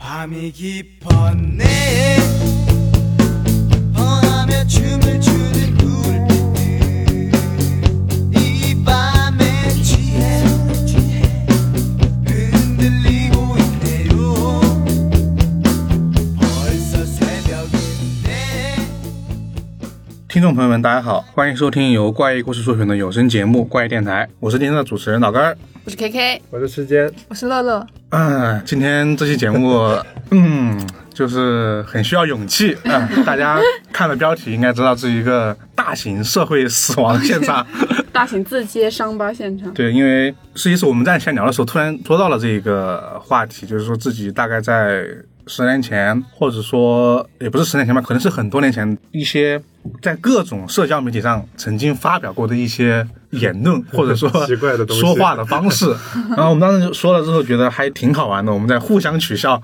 밤이 깊었네 허하며 춤을 추는 불빛들 이 밤에 취해 흔들리고 있네요 벌써 새벽인데 听众朋友们，大家好，欢迎收听由怪异故事出品的有声节目《怪异电台》，我是今天的主持人老根儿。我是 KK，我是时间，我是乐乐，嗯，今天这期节目，嗯，就是很需要勇气。嗯，大家看了标题应该知道是一个大型社会死亡现场。大型自揭伤疤现场。对，因为实际是我们在闲聊的时候突然说到了这个话题，就是说自己大概在十年前，或者说也不是十年前吧，可能是很多年前一些在各种社交媒体上曾经发表过的一些言论，或者说 奇怪的东西说话的方 式。然后我们当时就说了之后，觉得还挺好玩的，我们在互相取笑。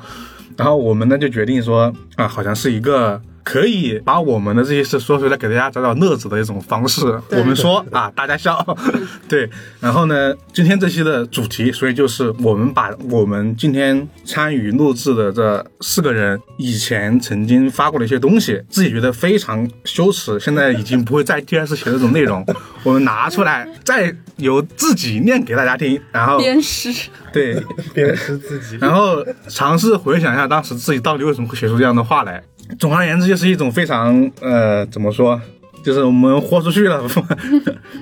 然后我们呢就决定说啊，好像是一个可以把我们的这些事说出来给大家找找乐子的一种方式。我们说啊，大家笑， 对。然后呢，今天这期的主题，所以就是我们把我们今天参与录制的这四个人以前曾经发过的一些东西，自己觉得非常羞耻，现在已经不会再第二次写这种内容，我们拿出来，再由自己念给大家听，然后鞭尸，对。鞭尸自 己，然后尝试回想一下当时自己到底为什么会写出这样的话来。总而言之，就是一种非常呃，怎么说，就是我们豁出去了。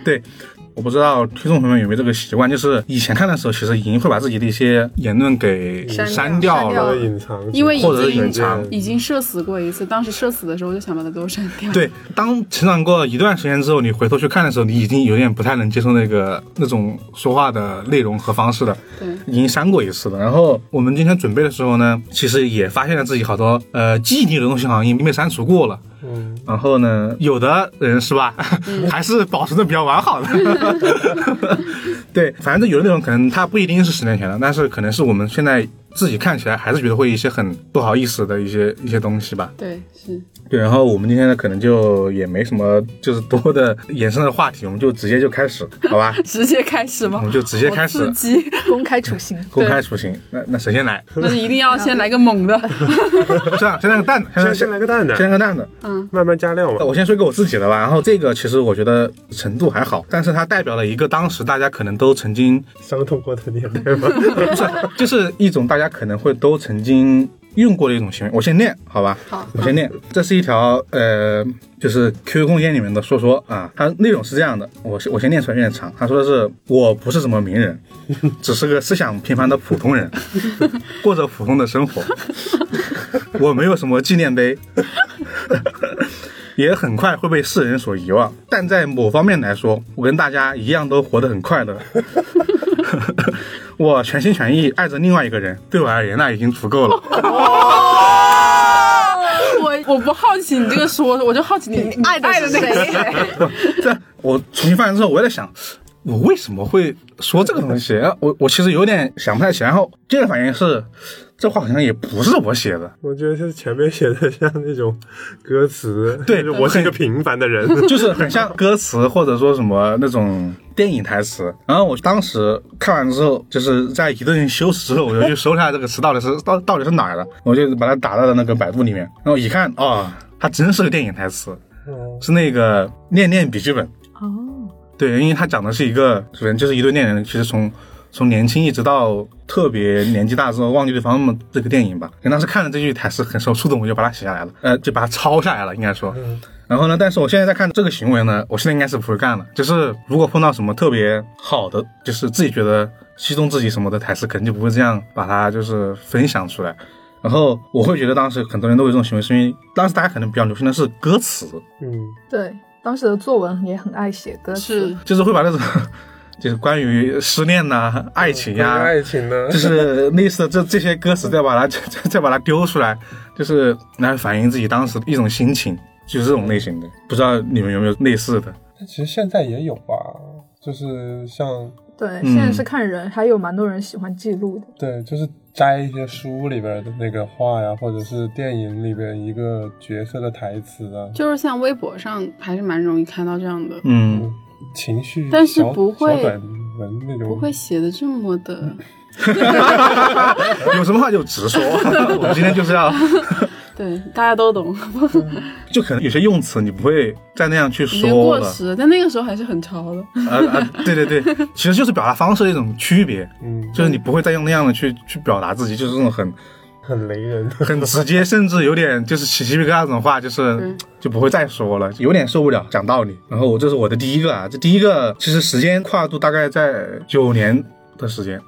对，我不知道听众朋友们有没有这个习惯，就是以前看的时候，其实已经会把自己的一些言论给删掉删掉了删掉。或者隐藏，因为已或者经隐藏已经社死过一次，当时社死的时候我就想把它都删掉。，对，当成长过一段时间之后，你回头去看的时候，你已经有点不太能接受那个那种说话的内容和方式了。对已经删过一次了。然后我们今天准备的时候呢，其实也发现了自己好多呃记忆里的东西好像已经被删除过了。嗯，然后呢，有的人是吧， 还是保存的比较完好的。 对，反正有的内容可能它不一定是十年前的，但是可能是我们现在自己看起来还是觉得会一些很不好意思的一些一些东西吧。对是，对，然后我们今天呢，可能就也没什么就是多的衍生的话题，我们就直接就开始，好 吧？直接开始吧。我们就直接开始好刺激，公开处刑。公开处刑，那那谁先来？那就一定要先来个猛 的。这样，先来个 蛋的，先先先来个蛋的先，来个蛋的。慢慢加量嘛呃，我先说一个我自己的吧。然后这个其实我觉得程度还好，但是它代表了一个当时大家可能都曾经伤痛过的年代嘛，不是，就是一种大家可能会都曾经用过的一种行为。我先念，好吧？好我先念。这是一条呃，就是 QQ 空间里面的说说啊，它内容是这样的，我先我先念出来有点长。他说的是我不是什么名人，只是个思想平凡的普通人，过着普通的生活。我没有什么纪念碑。 也很快会被世人所遗忘，但在某方面来说，我跟大家一样都活得很快乐。 我全心全意爱着另外一个人，对我而言那已经足够了。我我不好奇你这个说，我就好奇你爱的那个谁。这我重新翻完之后，我也在想，我为什么会说这个东西？啊我我其实有点想不太起来。然后第二个反应是，这话好像也不是我写的，我觉得是前面写的像那种歌词，对就是我是一个平凡的 人， 就是很像歌词或者说什么那种电影台词。然后我当时看完之后，就是在一顿羞耻之后，我就去搜下这个词到底是 到到底是哪儿的，我就把它打到了那个百度里面，然后一看啊、它真是个电影台词，是那个《恋恋笔记本》哦。对，因为它讲的是一个，首先就是一对恋人，其实从从年轻一直到特别年纪大之后忘记对方们这个电影吧。因为当时看了这句台词很受触动，我就把它写下来了，呃，就把它抄下来了，应该说。然后呢？但是我现在在看这个行为呢，我现在应该是不会干了。就是如果碰到什么特别好的，就是自己觉得击中自己什么的台词，肯定就不会这样把它就是分享出来。然后我会觉得当时很多人都有这种行为，是因为当时大家可能比较流行的是歌词， 嗯，对，当时的作文也很爱写歌词， 是就是会把那种 就是关于失恋呐、爱情呀、爱情呢就，是类似的这这些歌词，再把它 再再再把它丢出来，就是来反映自己当时一种心情，就是这种类型的。不知道你们有没有类似的？但其实现在也有吧，就是像对，嗯现在是看人，还有蛮多人喜欢记录的。 对，就是摘一些书里边的那个话呀，或者是电影里边一个角色的台词啊，就是像微博上还是蛮容易看到这样的，嗯，情绪小，但是不会小短散文那种，不会写的这么的，嗯有什么话就直说。 我们今天就是要，对，大家都懂，就可能有些用词你不会再那样去已经过说了。时了，但那个时候还是很潮 的。啊啊，对对对，其实就是表达方式的一种区别，嗯，就是你不会再用那样的去去表达自己，就是这种很很雷人。很直接，甚至有点就是起鸡皮疙瘩那种话，就是就不会再说了，有点受不了。讲道理，然后我这是我的第一个啊，这第一个其实时间跨度大概在九年的时间。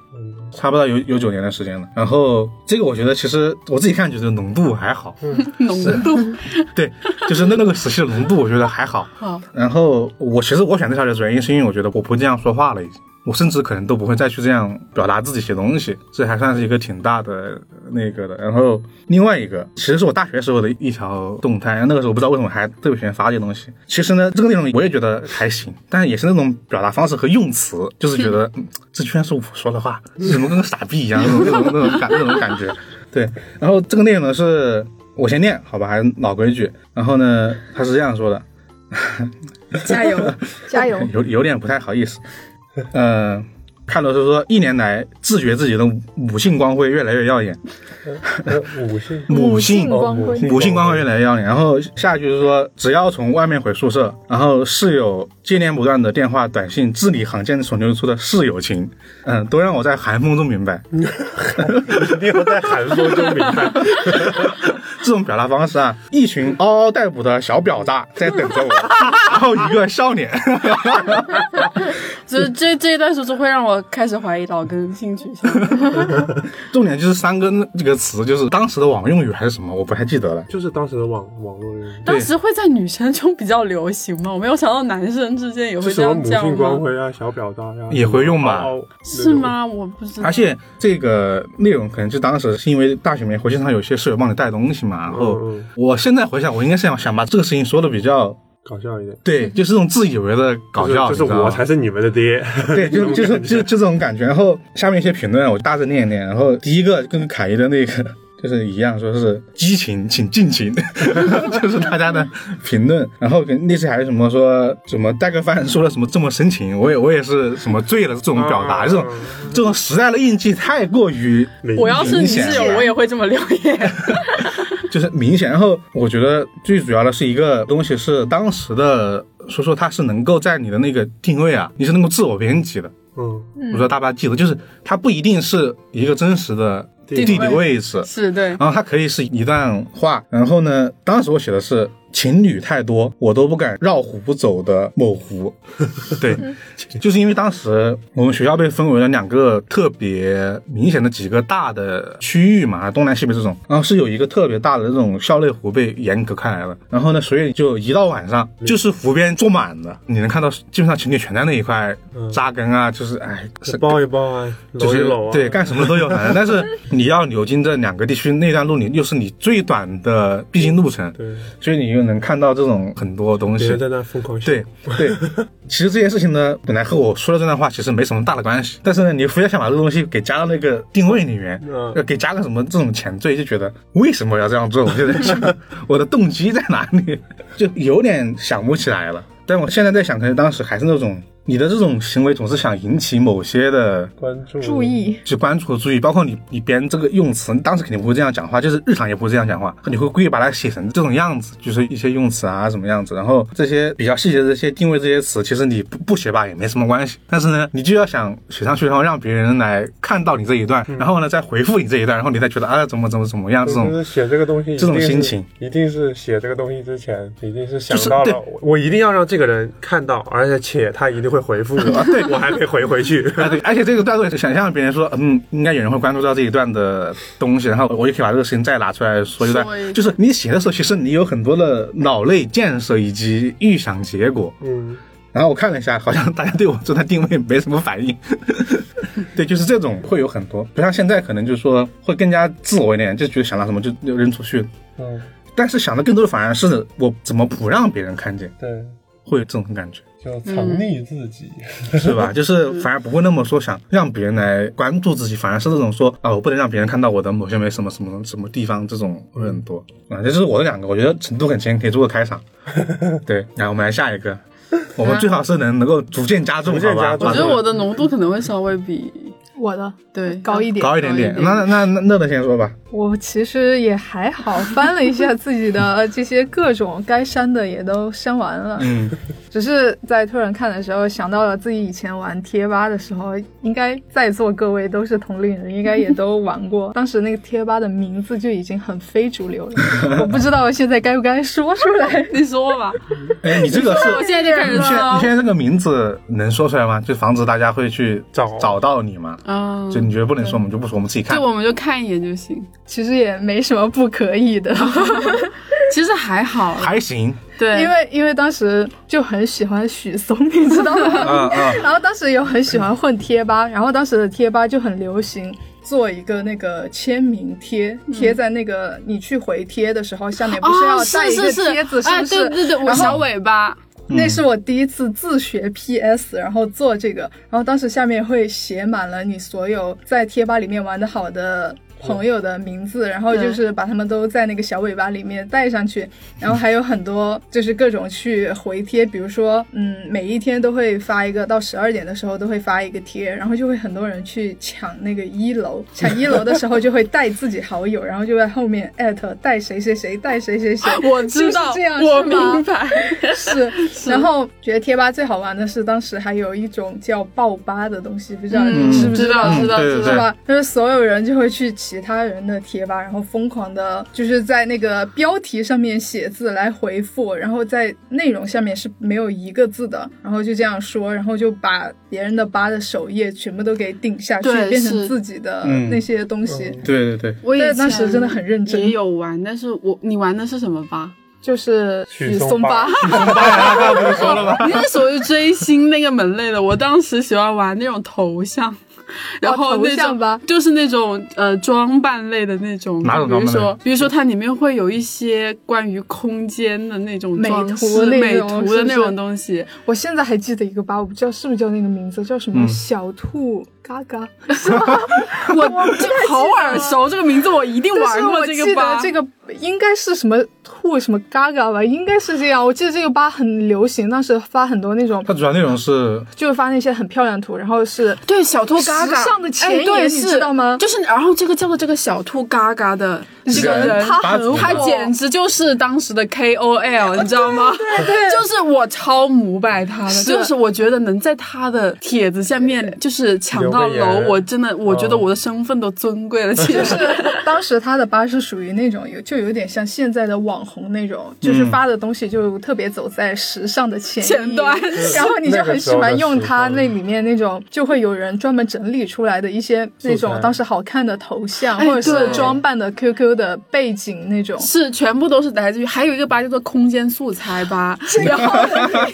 差不多有有九年的时间了，然后这个我觉得其实我自己看觉得浓度还好，浓度 对，就是那那个时期的浓度我觉得还好。好，然后我其实我选这条的原因是因为我觉得我不这样说话了，已经，我甚至可能都不会再去这样表达自己写东西，这还算是一个挺大的呃那个的。然后另外一个其实是我大学时候的一条动态，那个时候不知道为什么还特别喜欢发这些东西。其实呢，这个内容我也觉得还行，但也是那种表达方式和用词，就是觉得、嗯、这居然是我说的话，怎么跟个傻逼一样那种那种那种感那种感觉。对，然后这个内容呢是我先念，好吧，还是老规矩。然后呢，他是这样说的。加油，加 油！有有点不太好意思。呃，看罗是说，一年来自觉自己的母性光辉越来越耀眼， 呃五性母性性光哦辉，母性光辉越来越耀眼。然后下一句是说，只要从外面回宿舍，然后室友接连不断的电话、短信，字里行间所流出的室友情，嗯，都让我在寒风中明 白，一定要在寒风中明白。 这种表达方式啊，一群嗷嗷待哺的小婊砸在等着我， 然后一个笑脸。就是这这一段时候会让我开始怀疑老根性取 向。 重点就是三个这个词，就是当时的网用语还是什么，我不太记得了。就是当时的网网络人，当时会在女生中比较流行吗？我没有想到男生之间也是会什这么样母叫性光吗？辉啊，小表达呀，哦也会用吧嗷嗷？是？吗？我不知道而。且这个内容可能就当时是因为大学没回去，他有些室友帮你带东西嘛。然后嗯嗯我现在回想，我应该是想想把这个事情说的比较搞笑一点，对，就是这种自以为的搞笑，就你是就知是道吗我才是你们的爹。对，就就是就就这种感觉。然后下面一些评论我大致念一念。然后第一个跟凯一的那个就是一样，说是激情，请尽情， 就是大家的评论。然后跟那次还有什么说什么带个饭说了什么这么深情，我也我也是什么醉了这种表达，这 种嗯这种时代的印记太过于明我要是你室明显友，我也会这么留 言。就是明显。然后我觉得最主要的是一个东西是当时的，说说它是能够在你的那个定位啊，你是能够自我编辑的。嗯，我说大巴记得，就是它不一定是一个真实的地理位置，是对，啊然后它可以是一段话。然后呢，当时我写的是情侣太多，我都不敢绕湖走的某湖。对， 就是因为当时我们学校被分为了两个特别明显的几个大的区域嘛，东南西北这种，然后是有一个特别大的这种校内湖被严格开来了。然后呢，所以就一到晚上，就是湖边坐满了，你能看到基本上情侣全在那一块扎根啊，就是哎，是抱一抱啊，就搂一是搂啊，对，干什么都有反正，但是你要流经这两个地区，那段路你又是你最短的必经路程，对，所以你又能看到这种很多东别西人。在那疯狂笑对，对， 其实这件事情呢，本来和我说的这段话其实没什么大的关系，但是呢，你非要想把这个东西给加到那个定位里面，嗯要给加个什么这种前缀，就觉得为什么要这样做？我就在想，我的动机在哪里？ 就有点想不起来了。但我现在在想，可能当时还是那种你的这种行为总是想引起某些的关注注，意，去关注注意，包括你你编这个用词，你当时肯定不会这样讲话，就是日常也不会这样讲话，你会故意把它写成这种样子，就是一些用词啊什么样子，然后这些比较细节的这些定位这些词，其实你不不写吧也没什么关系，但是呢，你就要想写上去，然后让别人来看到你这一段，然后呢再回复你这一段，然后你再觉得啊怎么怎么怎么样这就种。是写这个东西一定是，这种心情一定是写这个东西之前，一定是想到就是了，我我一定要让这个人看到，而且他一定会回复 我，对我还可以回回去。啊对，而且这个段落也是想象别人说，嗯，应该有人会关注到这一段的东西，然后我就可以把这个事情再拿出来说一段说。一就是你写的时候，其实你有很多的脑内建设以及预想结果，嗯，然后我看了一下，好像大家对我这段定位没什么反应。 对，就是这种会有很多，不像现在可能就是说会更加自我一点，就觉得想到什么就就扔出去。嗯，但是想的更多的反而是我怎么不让别人看见，对，会有这种感觉，就藏嗯匿自己。是吧？就是反而不会那么说想让别人来关注自己，反而是这种说啊，我不能让别人看到我的某些没什么什么什么地方，这种会 很多啊。这就是我的两个，我觉得程度很强，可以做个开场。对，然后我们来下一个，我们最好是能能够逐渐加重，逐渐好吧加重把我这觉得个我的浓度可能会稍微比我的对高一点。高一点点高。一点那那那那的先说 吧，我其实也还好，翻了一下自己的 这些各种该删的也都删完了，嗯，只是在突然看的时候想到了自己以前玩贴吧的时候，应该在座各位都是同龄人，应该也都玩过。当时那个贴吧的名字就已经很非主流了，我不知道现在该不该说出来。你说 吧，嗯哎，你这个是 我现在就开始你现在你现说在这个名字能说出来吗？就防止大家会去找找到你嘛。啊，就你觉得不能说，我们就不说，我们自己看对，。我们就看一眼就行。其实也没什么不可以的，其实还好，还 行对，因为因为当时就很喜欢许嵩，你知道吗？ 啊啊，然后当时有很喜欢混贴吧， 然后当时的贴吧就很流行做一个那个签名贴，贴在那个你去回贴的时候，下面不是要嗯哦带一个是是贴子，哎，不是？对对对，我然后小尾巴，那嗯是我第一次自学 PS，然后做这个，然后当时下面会写满了你所有在贴吧里面玩的好的。朋友的名字，然后就是把他们都在那个小尾巴里面带上去，然后还有很多就是各种去回贴，比如说，嗯，每一天都会发一个，到十二点的时候都会发一个贴，然后就会很多人去抢那个一楼，抢一楼的时候就会带自己好友，然后就在后面艾特带谁谁谁带谁谁谁， 我知道，就是这样我是吗明白， 是，然后觉得贴吧最好玩的是，当时还有一种叫爆吧的东西，不知道你嗯，知不知道？道知道嗯对对对知是道，吧？就是所有人就会去其他人的贴吧，然后疯狂的，就是在那个标题上面写字来回复，然后在内容下面是没有一个字的，然后就这样说，然后就把别人的吧的首页全部都给顶下去，对变是成自己的嗯那些东西。对对对，我以但前是当时真的很认真也有玩，但是我你玩的是什么吧？ 就是许嵩嵩吧吧，你是属于追星那个门类的，我当时喜欢玩那种头像。然后哦头那像种、吧就是那种呃装扮类的那种，哪种装扮类比如说，比如说它里面会有一些关于空间的那种美装图饰那美种图是的不那是种东西，我现在还记得一个吧，我不知道是不是叫那个名字，叫什么嗯小兔嘎嘎。 我这好耳熟，这个名字我一定但玩是过我这记个得吧？这个应该是什么兔什么嘎嘎吧，应该是这样。我记得这个吧很流行，当时发很多那种，它主要内容是就是发那些很漂亮的图，然后是对小兔嘎嘎时尚的前哎沿对你是知道吗就是然后这个叫做这个小兔嘎嘎的这个人人，他八很组火，他简直就是当时的 KOL，你知道吗？对对， 就是我超膜拜他的，就是我觉得能在他的帖子下面就是抢到留个楼言，哦我真的我觉得我的身份都尊贵了起 来。 当时他的吧是属于那种有就有点像现在的网红那种，就是发的东西就特别走在时尚的前前沿端然后你就很喜欢用它那里面那种，就会有人专门整理出来的一些那种当时好看的头像，哎或者是对装扮的 QQ 的背景那种。是，全部都是来自于，还有一个吧叫做空间素材吧， 然后是的，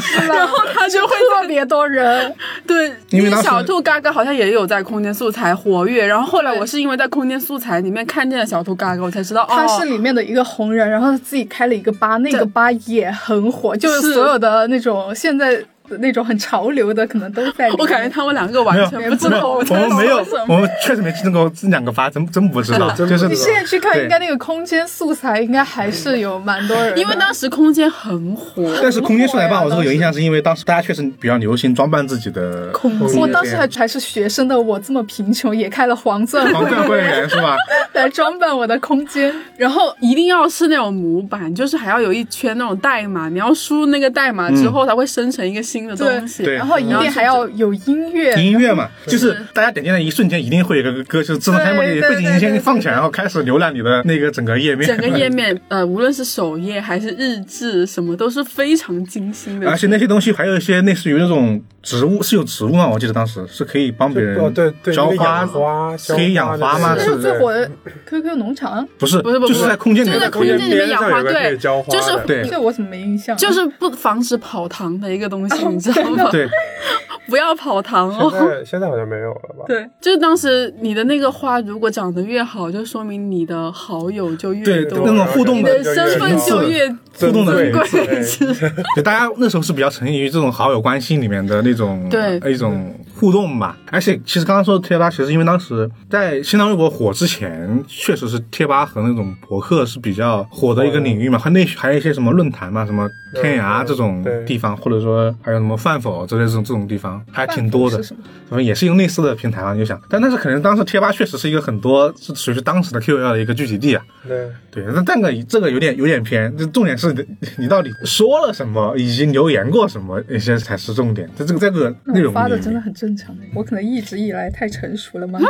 是 的，然后他就会特别多人，对，因为那当时小兔嘎嘎好像也有在空间素材活跃，然后后来我是因为在空间素材里面看见了小兔嘎嘎，我才知道他哦是里面的一个红人，然后他自己开了一个吧，那个吧也很火，就是是所有的那种现在的那种很潮流的，可能都在里面。我感觉他们两个完没有全不知道我我在们没有说什，么。我们确实没经过这两个发，真真不知道，哎真就是不知道你现在去看，对应该那个空间素材应该还是有蛮多人的，因为当时空间很火，但是空间素材吧，很火呀我这个有印象，是因为当时大家确实比较流行装扮自己的空间我当时还还是学生的我，这么贫穷也开了黄钻防弹会员是吧？ 来装扮我的空间。然后一定要是那种模板，就是还要有一圈那种代码，你要输入那个代码之后，它会生成一个新的东西。对然后一定还要有音乐，音乐嘛，就是大家点进来一瞬间，一定会有一个歌，就是自动开幕对你对背景对音先对放起来，然后开始浏览你的那个整个页面，整个页面，呃，无论是首页还是日志，什么都是非常精心 的。而且那些东西还有一些类似于那种植物，是有植物吗？我记得当时是可以帮别人哦对对浇那个花，养花可以养花吗？浇花这的是是最火的 QQ 农场。不是不是不是就是在空间里就是在面空间里面养花，边上有个可对以浇，花就的是对这我怎么没印象？就是不防止跑堂的一个东西，你知道吗？对， 不要跑堂现哦。在现在好像没有了吧？对，就是当时你的那个花如果长得越好，就说明你的好友就越对多，那种互动你的的身份就越互动的珍人贵次，对是就大家那时候是比较沉溺于这种好友关系里面的那种呃对一种互动吧。而且其实刚刚说的贴吧，其实因为当时在新浪微博火之前，确实是贴吧和那种博客是比较火的一个领域嘛。它那还有一些什么论坛嘛，什么天涯对这种对地方，或者说还有什么饭否之类这种这种地方，还挺多的是。什么？反正也是用类似的平台嘛，你就想，但但是可能当时贴吧确实是一个很多是属于是当时的 QL 的一个聚集地啊。对，对，但但个这个有点有点偏，就重点是你你到底说了什么，以及留言过什么，一些才是重点。这这个这个内那我容发的里真的很正常，欸我可能一直以来太成熟 了嘛，都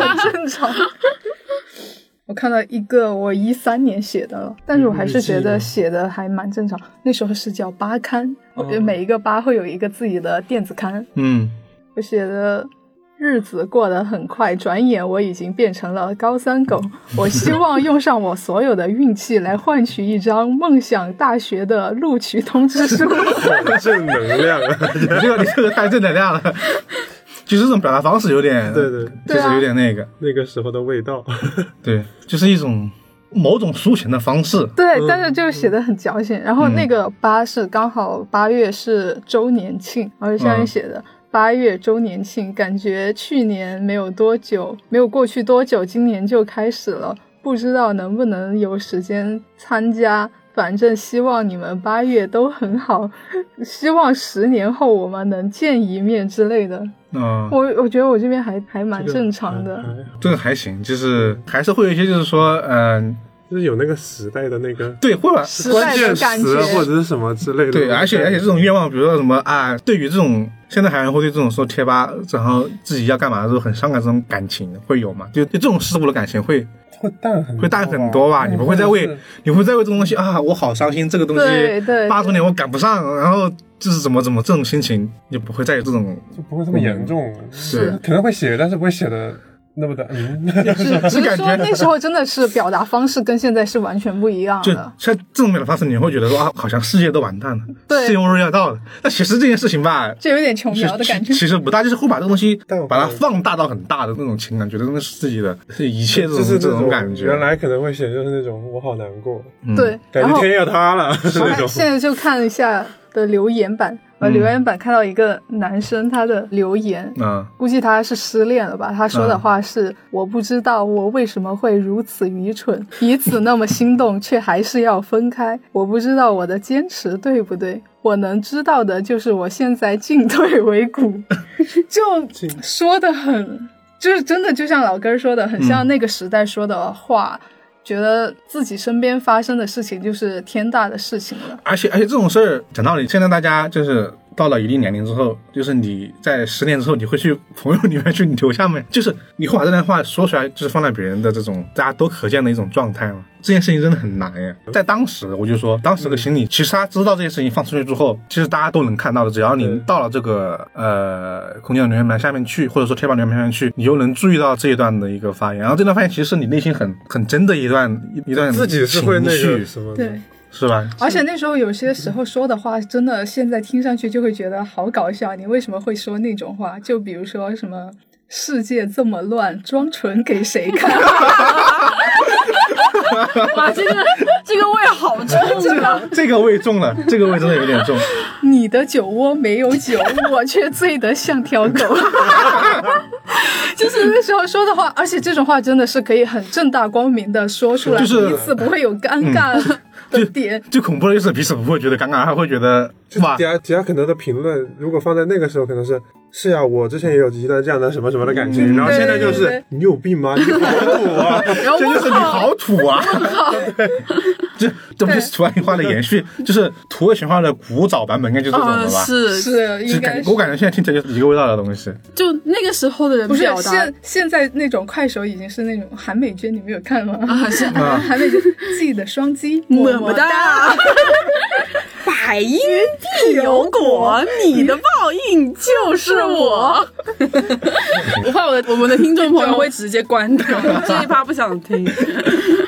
很正常。 我看到一个我一三年写的了，但是我还是觉得写的还蛮正常。那时候是叫吧刊，我觉得每一个吧会有一个自己的电子刊。 嗯，我写的日子过得很快，转眼我已经变成了高三 狗。我希望用上我所有的运气来换取一张梦想大学的录取通知书。 正能量啊！你这个你这个太正能量了， 就是这种表达方式有点，对对，就对啊是有点那个，那个时候的味道，对，就是一种某种抒情的方式。对，但是就写的很矫情。然后那个八是刚好八月是周年庆，然后就下面写的。八月周年庆，感觉去年没有多久，没有过去多久，今年就开始了，不知道能不能有时间参加。反正希望你们八月都很好， 希望十年后我们能见一面之类的。嗯，我我觉得我这边还还蛮这个嗯正常的，还还这个还行，就是还是会有一些，就是说，嗯、就是有那个时代的那个对，会把时关代键的感词啊或觉。者是什么之类的。对，而且而且这种愿望，比如说什么啊，对于这种现在还有人会对这种说贴吧，然后自己要干嘛的时候很伤感这种感情会有嘛？就对这种事物的感情会会淡啊很会淡很多哦啊嗯吧？你不会再为你不会再为这种东西啊，我好伤心，这个东对西对八周年我赶不上，然后就是怎么怎么这种心情，你不会再有这种就不会这么严重，是可能会写，但是不会写的那么的 嗯，只感觉是说那时候真的是表达方式跟现在是完全不一样就的。像这种表达方式，你会觉得说啊，好像世界都完蛋了，对世界末日要到了。但其实这件事情吧，就有点琼其瑶的感觉其。其实不大，就是会把这个东西但我把它放大到很大的那种情感，觉得那是自己的，是一切这种就是这那种感觉。原来可能会写就是那种我好难过，对，嗯感然觉后天要塌了，是我那看种。现在就看一下的留言板，呃，留言板看到一个男生他的留言，嗯，估计他是失恋了吧？他说的话是：“我不知道我为什么会如此愚蠢， 彼此那么心动，却还是要分开。我不知道我的坚持对不对。我能知道的就是我现在进退维谷。” 就说的很，就是真的，就像老根儿说的，很像那个时代说的话。觉得自己身边发生的事情就是天大的事情了，而且而且这种事儿，讲道理，现在大家就是到了一定年龄之后，就是你在十年之后，你会去朋友里面去留下面，就是你会把这段话说出来，就是放在别人的这种大家都可见的一种状态嘛。这件事情真的很难耶，在当时我就说，当时的心理，其实他知道这件事情放出去之后，其实大家都能看到的，只要你到了这个呃空间留言板下面去，或者说贴吧留言板下面去，你就能注意到这一段的一个发言，然后这段发言其实是你内心很很真的一段一一段自己是会那情个绪什么的对，是吧？而且那时候有些时候说的话，真的现在听上去就会觉得好搞笑。你为什么会说那种话？就比如说什么“世界这么乱，装纯给谁看 哇，这个这个味好重啊！ 这个味重了，这个味真的有点重。？”你的酒窝没有酒，我却醉得像条狗。 就是那时候说的话，而且这种话真的是可以很正大光明的说出来，就是嗯彼此不会有尴尬的点。最恐怖的就是彼此不会觉得尴尬，还会觉得哇底，下底下很多的评论，如果放在那个时候，可能是是呀、我之前也有一段这样的什么什么的感情，嗯然后现在就对是对你有病吗？你好土啊！ 然后真我的是你靠，好土啊！这这不就是土味情话的延续，就是土味情话的古早版本，应该就是这种嗯，了吧？是，就是，是应感该我感觉现在听起来就是一个味道的东西。就那个时候的人不是表达现现在那种快手已经是那种韩美娟，你没有看吗？啊，是啊 韩美娟自己的双击么么么么 哒。哒。百因必有果，你的报应就是我。 我怕我的我们的听众朋友会直接关 掉，这一趴不想听。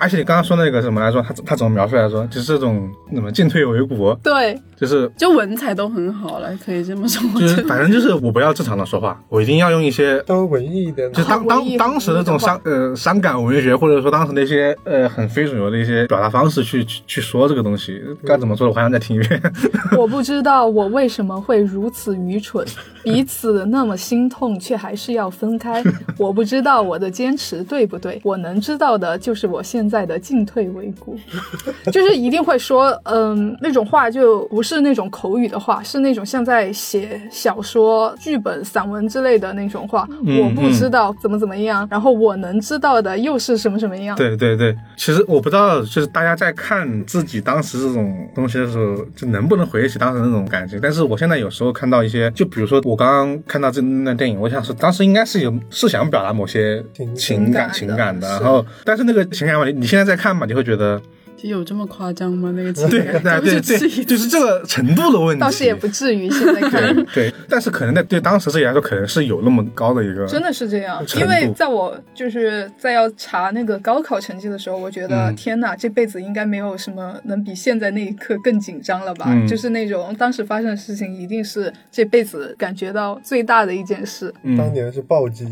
而且你刚刚说那个什么来说，他他怎么描述来说，就是这种什么进退维谷，对，就是就文采都很好了，可以这么说。就是反正就是我不要正常的说话，我一定要用一些稍微文艺一点的就。当文当艺当时的这种伤呃伤感文学，或者说当时那些呃很非主流的一些表达方式去去 去说这个东西，该怎么说的，我还想再听一遍。我不知道我为什么会如此愚愚蠢，彼此那么心痛，却还是要分开。我不知道我的坚持对不对，我能知道的就是我现在的进退维谷。就是一定会说，嗯，那种话就不是那种口语的话，是那种像在写小说、剧本、散文之类的那种话。我不知道怎么怎么样，然后我能知道的又是什么什么样。对对对，其实我不知道，就是大家在看自己当时这种东西的时候，就能不能回忆起当时那种感情。但是我现在有时候看到一些，就比如说我刚刚看到这那电影，我想是当时应该是有是想表达某些情情感情情感感的的，是然后但是那个情感嘛，你你现在再看嘛，你会觉 得有这么夸张吗？那个情对感对对对，就是这个程度的问题。倒是也不至于现在看。对对，但是可能在对当时自己来说，可能是有那么高的一个真的是这样，程因为度在我就是在要查那个高考成绩的时候，我觉得、嗯天哪，这辈子应该没有什么能比现在那一刻更紧张了吧？嗯就是那种当时发生的事情，一定是这辈子感觉到最大的一件事。 嗯当年是暴击，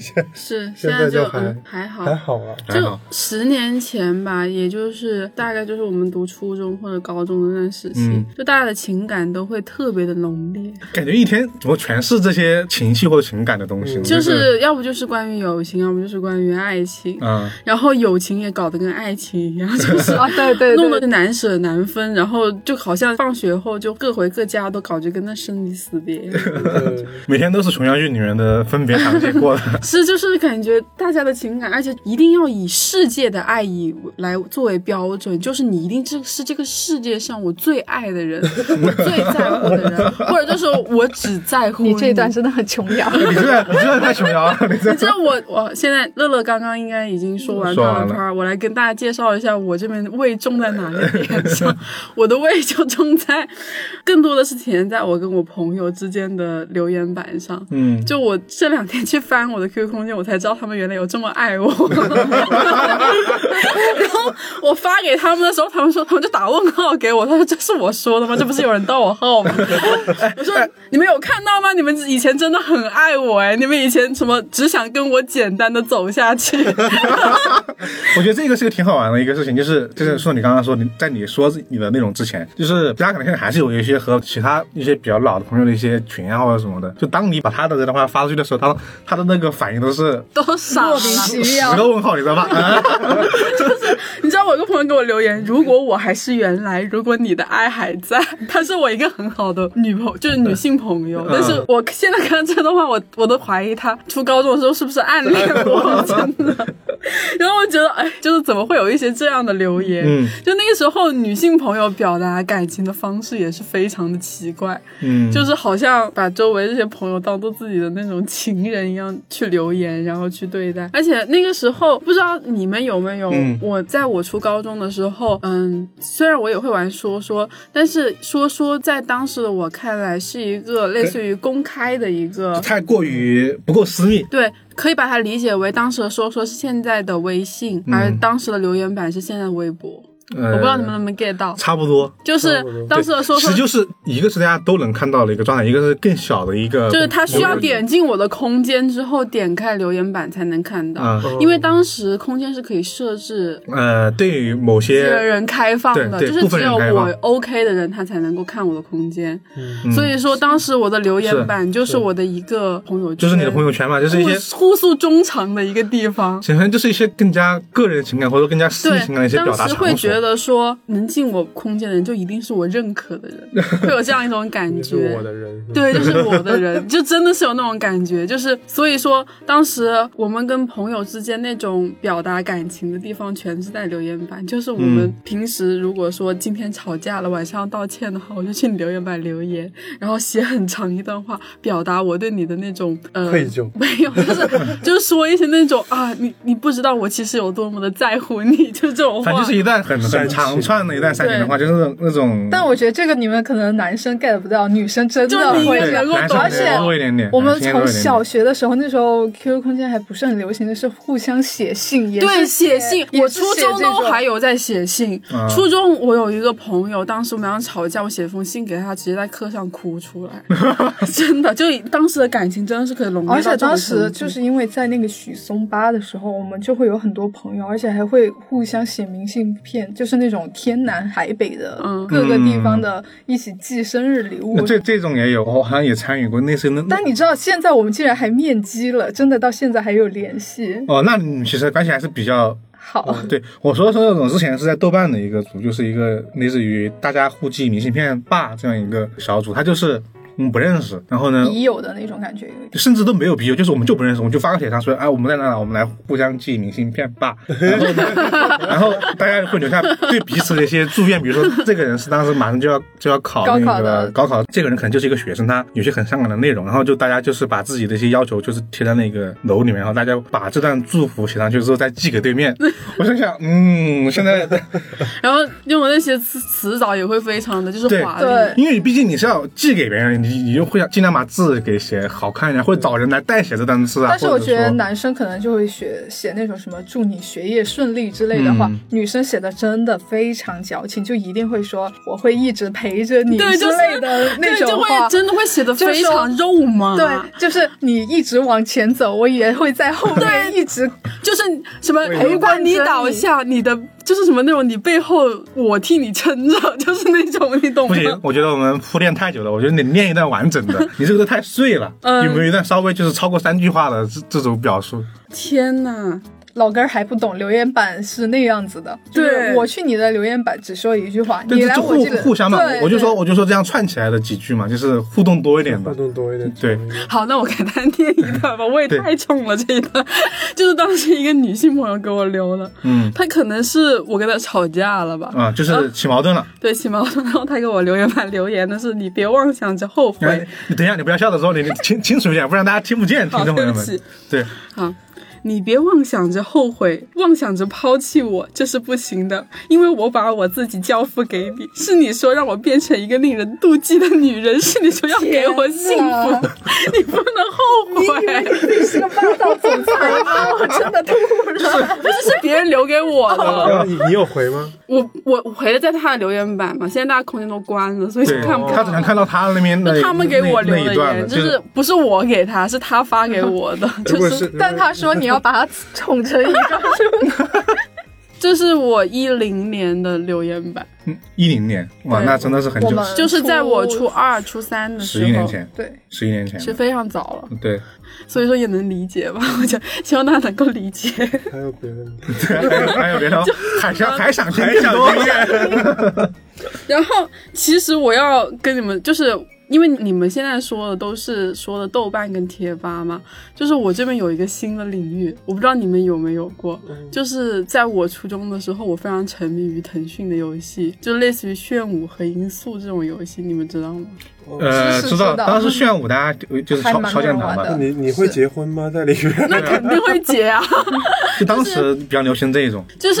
是现现在在就就还嗯还好还好啊。还好就十年前吧，也就是大概就是我们读初中或者高中的那段时期，嗯就大家的情感都会特别的浓烈，感觉一天怎么全是这些情绪或者情感的东西呢？就是要不就是关于友情，要不就是关于爱情，啊，然后友情也搞得跟爱情一样，就是啊，对 对弄得对，难舍难分，然后就好像放学后就各回各家，都搞得跟那生离死别一样。嗯对每天都是《琼瑶剧》里面的分别场景过的。 是，就是感觉大家的情感，而且一定要以世界的爱以来作为标准，就是你一定这是这个世界上我最爱的人，我最在乎的人，或者就是我只在乎你这一段真的很琼 瑶。你这你这太琼瑶了， 你这你知道我我现在乐乐刚刚应该已经说完说他完的了 part，我来跟大家介绍一下我这边胃重在哪个点上。我的胃就重在，更多的是体现在我跟我朋友之间的留言板上。嗯，就我这两天去翻我的 QQ 空间，我才知道他们原来有这么爱我。然后我发给他们的时候，他们说他们就打问号给我，他说这是我说的吗？这不是有人盗我号吗？我说你们有看到吗？你们以前真的很爱我哎，你们以前什么只想跟我简单的走下去，我觉得这个是个挺好玩的一个事情，就是就是说你刚刚说你在你说你的内容之前，就是大家可能现在还是有一些和其他一些比较老的朋友的一些群啊或者什么的，就当你把他的这段话发出去的时候，他他的那个反应都是 都傻了。奇十妙，个问号，你知道吧？啊，你知道我有个朋友给我留言，如果我还是原来，如果你的爱还在，她是我一个很好的女朋友，就是女性朋友。但是我现在看这段话，我我都怀疑她初高中的时候是不是暗恋我，真的。然后我觉得，哎，就是怎么会有一些这样的留言？嗯就那个时候，女性朋友表达感情的方式也是非常的奇怪，嗯，就是好像把周围这些朋友当做自己的那种情人一样去留言，然后去对待。而且那个时候，不知道你们有没有，嗯我在我初高中的时候，嗯，虽然我也会玩说说，嗯但是说说在当时的我看来是一个类似于公开的一个太过于不够私密。对，可以把它理解为当时的说说是现在的微信，而嗯当时的留言板是现在的微博。呃，我不知道你们能不能 get 到，差不多。就是当时的说其说实。就是一个是大家都能看到的一个状态，一个是更小的一个，就是它需要点进我的空间之后，点开留言板才能看到，啊、因为当时空间是可以设置呃，对于某私些人开放的，对对就是部分只人有开放嗯我 OK 的人他才能够看我的空间。所以说，当时我的留言板就是我的一个朋友圈，就是你的朋友圈嘛，就是一些互互诉衷肠的一个地方。显然就是一些更加个人情感或者更加私密对情感的一些，表达当时场所。会觉得说，能进我空间的人就一定是我认可 的人，会有这样一种感你是觉。我的人，对，就是我的人，就真的是有那种感觉，就是所以说，当时我们跟朋友之间那种表达感情的地方，全是在留言板。就是我们嗯平时如果说今天吵架了，晚上要道歉的话，我就去你留言板留言，然后写很长一段话，表达我对你的那种呃愧疚没有，就是就是说一些那种啊，你你不知道我其实有多么的在乎你，就这种话。反正就是一段很很长串的一段煽情的话，就是那种那种。但我觉得这个你们可能男生 get 不到，女生真的就你会也对的能够男生哦而且多一点点，我们男生多一从点点小学的时候，那时候 QQ 空间还不是很流行的是互相写信，也是对，写信，也我是初写中这都种还有在写信啊。初中我有一个朋友，当时我们俩吵架，我写封信给他，直接在课上哭 出来，真的，就当时的感情真的是可以浓烈到而这种且当时程度就是因为在那个许嵩吧的时候，我们就会有很多朋友，而且还会互相写明信片，就是那种天南海北的嗯各个地方的一起寄生日礼物那。这这种也有，我好像也参与过类似那。但你知道现在我们竟然还面基了，真的到现在还有联系。哦，那你其实关系还是比较好，哦对，我说的是那种之前是在豆瓣的一个组，就是一个类似于大家互寄明信片吧这样一个小组，他就是嗯不认识，然后呢。已有的那种感觉有一点。甚至都没有笔友，就是我们就不认识，我们就发个帖上说，哎，我们在哪哪，我们来互相寄明信片吧。然后呢，然后大家会留下对彼此的一些祝愿，比如说这个人是当时马上就要就要考高那考个的高考，这个人可能就是一个学生，他有些很伤感的内容，然后就大家就是把自己的一些要求就是贴在那个楼里面，然后大家把这段祝福写上去之后再寄给对面。 我就想，嗯，现在然后用的那些词词藻也会非常的就是对华对丽。因为毕竟你是要寄给别人，你你就会想尽量把字给写好看一点，或者找人来代写这段字啊。但是我或者觉说得男生可能就会写写那种什么祝你学业顺利之类的话，嗯女生写的真的非常矫情，就一定会说我会一直陪着你对，之就是类的那对，就种会话。真的会写的就非说常肉麻，对，嗯就是你一直往前走，我也会在后面一直就是什么，陪如果伴你哎着倒你下，你的就是什么那种，你背后我替你撑着，就是那种，你懂不吗？行，我觉得我们铺垫太久了，我觉得你念一段完整的，你这个都太碎了。嗯有没有一段稍微就是超过三句话的这这种表述？天哪，老根儿还不懂留言板是那样子的。就是对我去你的留言板只说一句话，但你是来就我互这里，互相嘛，对我就对说我就说这样串起来的几句嘛，就是互动多一点互的。动多一点。对好，那我给他念一段吧，我也对太冲了这一段， 就是当时一个女性朋友给我留的，嗯她可能是我跟她吵架了吧，啊，就是起矛盾了。对，起码，然后她给我留言板留言的是你别妄想着后悔，哎，你等一下，你不要笑的时候，你你清清楚一点，不然大家听不见，听好众朋友对不们起。对，啊，你别妄想着后悔，妄想着抛弃我，这是不行的，因为我把我自己交付给你。是你说让我变成一个令人妒忌的女人，是你说要给我幸福天， 你不能后悔。你是个霸道总裁吗？ 我真的吐 了。不是，是别人留给我 的。然后你你有回吗？我我我回了在他的留言板嘛，现在大家空间都关了，所以就对，看不到。他只能看到他那边就那他们给我留那那的一段了，言，就是不是我给他，是他发给我 的，如果就是是，但他说你要把他 宠成一个这是我一零年的留言板。一零年，哇，对那真的是很我久，们就是在我初二、初三的时十候，一年前，对，十一年前是，非常早了，对，所以说也能理解吧。我觉得希望大家能够理解。还有别人，对还有还有别的，还想还想听更多。然后，其实我要跟你们，就是因为你们现在说的都是说的豆瓣跟贴吧嘛，就是我这边有一个新的领域，我不知道你们有没有过，就是在我初中的时候，我非常沉迷于腾讯的游戏，就类似于炫舞和音速这种游戏，你们知道吗？呃，是知道，知道嗯当时炫舞大家就就是还敲蛮敲键盘好嘛玩，的哦你你会结婚吗？在里那面？肯定会结啊。就当时比较流行这一种。就是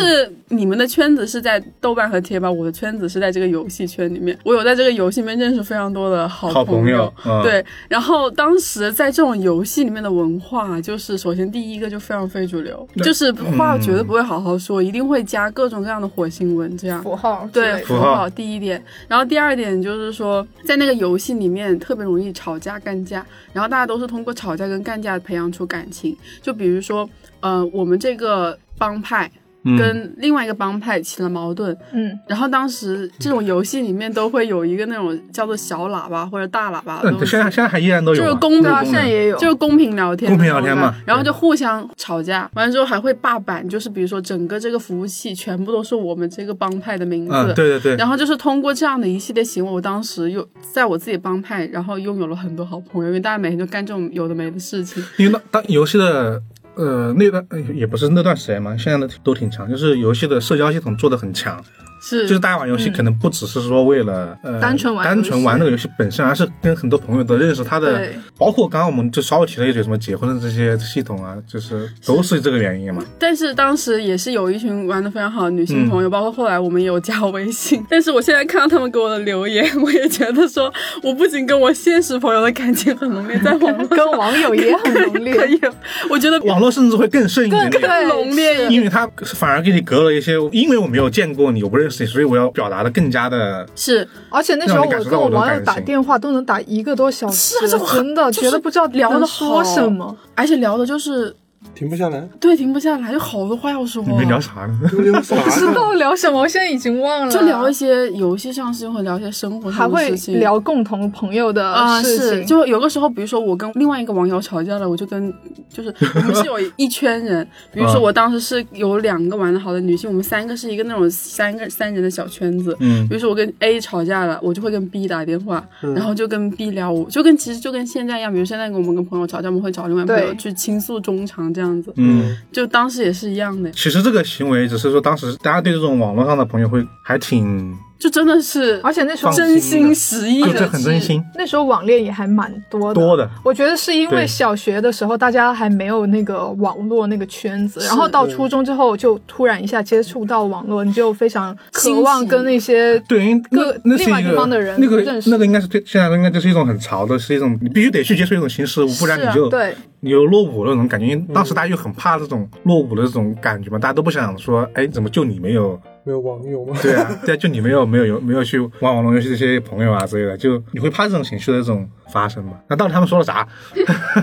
你们的圈子是在豆瓣和贴吧，我的圈子是在这个游戏圈里面。我有在这个游戏里面认识非常多的好好朋友友，嗯对。然后当时在这种游戏里面的文化，啊就是首先第一个就非常非主流，就是话绝对不会好好说，一定会加各种各样的火星文这样。符号之类对的，符符号号第一点，然后第二点就是说，在那个游戏里面特别容易吵架干架，然后大家都是通过吵架跟干架培养出感情。就比如说，呃，我们这个帮派嗯跟另外一个帮派起了矛盾，嗯，然后当时这种游戏里面都会有一个那种叫做小喇叭或者大喇叭嗯，的东对西，现在现在还依然都有啊，就是公对道啊，道现在也有，就是公平聊天，公平聊天嘛然后就互相吵架，完了之后还会霸版，就是比如说整个这个服务器全部都是我们这个帮派的名字，嗯，对对对，然后就是通过这样的一系列行为，我当时又在我自己帮派，然后拥有了很多好朋友，因为大家每天就干这种有的没的事情。因为那当游戏的。呃，那段呃也不是那段时间嘛，现在的都挺强，就是游戏的社交系统做的很强，是，就是大家玩游戏可能不只是说为了、呃嗯单纯玩游戏单纯玩那个游戏本身，而是跟很多朋友的认识，他的对包括刚刚我们就稍微提了一嘴什么结婚的这些系统啊，就是都是这个原因嘛。但是当时也是有一群玩的非常好的女性嗯朋友，包括后来我们也有加微信。 但是我现在看到他们给我的留言，我也觉得说，我不仅跟我现实朋友的感情很浓烈，在网络 跟网友也很浓 烈，可以，啊我觉得网络甚至会更甚一点更点。更浓烈一是因为他反而给你隔了一些，因为我没有见过你，我不认识你，所以我要表达的更加的，是而且那时候我跟我网友打电话都能打一个多小时，是啊这我真的就是觉得不知道聊得能说好什么。而且聊的就是停不下来，对，停不下来，有好多话要说。啊你们聊啥呢？丢丢啥？不知道聊什么，我现在已经忘了，就聊一些游戏上的事情，或者聊一些生活还上会的事情。聊共同朋友的啊、呃事情，是，就有个时候，比如说我跟另外一个网友吵架了，我就跟就是我们是有一圈人，比嗯如说我当时是有两个玩的好的女性，我们三个是一个那种三个三人的小圈子。嗯比，如说我跟 A 吵架了，我就会跟 B 打电话，然后就跟 B 聊我，就跟其实就跟现在一样，比如现在跟我们跟朋友吵架，我们会找另外一个朋友对去倾诉衷肠这样子，嗯，就当时也是一样的，其实这个行为只是说当时大家对这种网络上的朋友会还挺就真的是而且那时候放真心实意就这的，很真心那时候网恋也还蛮多的，多的。我觉得是因对为小学的时候大家还没有那个网络那个圈子，是然后到初中之后就突然一下接触到网络，你就非常渴望兴起跟那些对，因为各那那是另外一地个方的人那个认识那个应该是对现在应该就是一种很潮的，是一种你必须得去接触一种新事物，不然是啊你就对嗯你就落伍了那种感觉。因为当时大家就很怕这种落伍的这种感觉嘛，大家都不想说，哎，怎么就你没有？没有网友吗？对啊，对啊，就你没有没有有没有去玩网络游戏这些朋友啊之类的，就你会怕这种情绪的这种发生嘛？那到底他们说了 啥？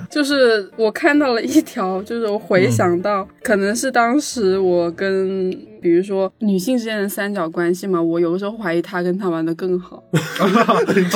就是我看到了一条，就是我回想到，可能是当时我跟比如说女性之间的三角关系嘛，我有的时候怀疑他跟他玩的更好，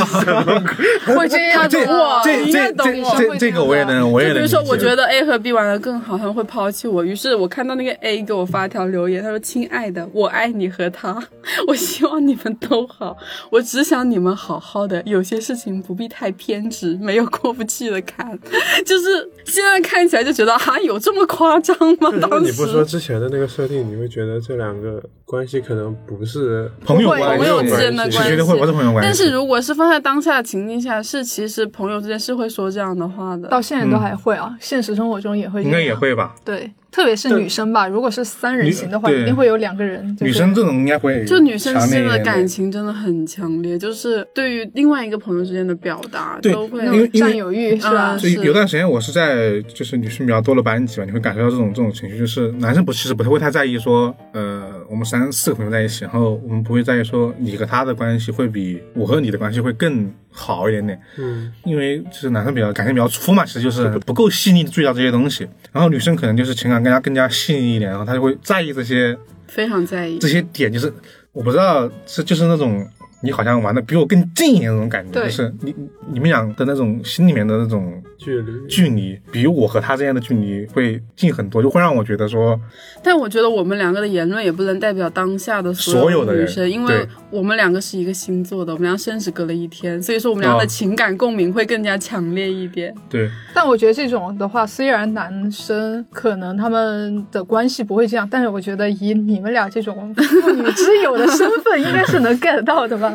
会这样这子哇这你应该这懂这我这这个我也能我也就比能如理解。说我觉得 A 和 B 玩的更好，他们会抛弃我，于是我看到那个 A 给我发条留言，他说：“亲爱的，我爱你和他， 我希望你们都好，我只想你们好好的，有些事情不必太偏执，没有过不去的坎。” 就是现在看起来就觉得啊，有这么夸张吗？如果当你时不说之前的那个设定，你会觉得这两个关系可能不是朋友不会关系，朋友之间的是关系绝对会不是朋友关系。但是如果是放在当下的情境下，是其实朋友之间是会说这样的话的。到现在都还会啊，现实生活中也会，嗯啊应该也，会吧？对，特别是女生吧，如果是三人行的话，女对一定会有两个人，就是女生这种应该会就女生之强烈间一的点感情真的很强烈，就是对于另外一个朋友之间的表达对都会那因为种占有欲是吧嗯？所以是有段时间我是在就是女生比较多的班级嘛，你会感受到这种这种情绪，就是男生不其实不太会太在意说，呃，我们三四个朋友在一起，然后我们不会在意说你和他的关系会比我和你的关系会更好一点点，嗯，因为就是男生比较感情比较粗嘛，其实就是不够细腻的注意到这些东西，然后女生可能就是情感更加更加细腻一点，然后她就会在意这些非常在意这。些点，就是我不知道是就是那种你好像玩的比我更近一点的那种感觉，对就是你你你们俩的那种心里面的那种距离距离，比我和他之间的距离会近很多，就会让我觉得说，但我觉得我们两个的言论也不能代表当下的所有有的女人生，因为对我们两个是一个星座的，我们俩甚至隔了一天，所以说我们俩的哦情感共鸣会更加强烈一点。对，但我觉得这种的话，虽然男生可能他们的关系不会这样，但是我觉得以你们俩这种妇女之友的身份，应该是能 get 到的吧？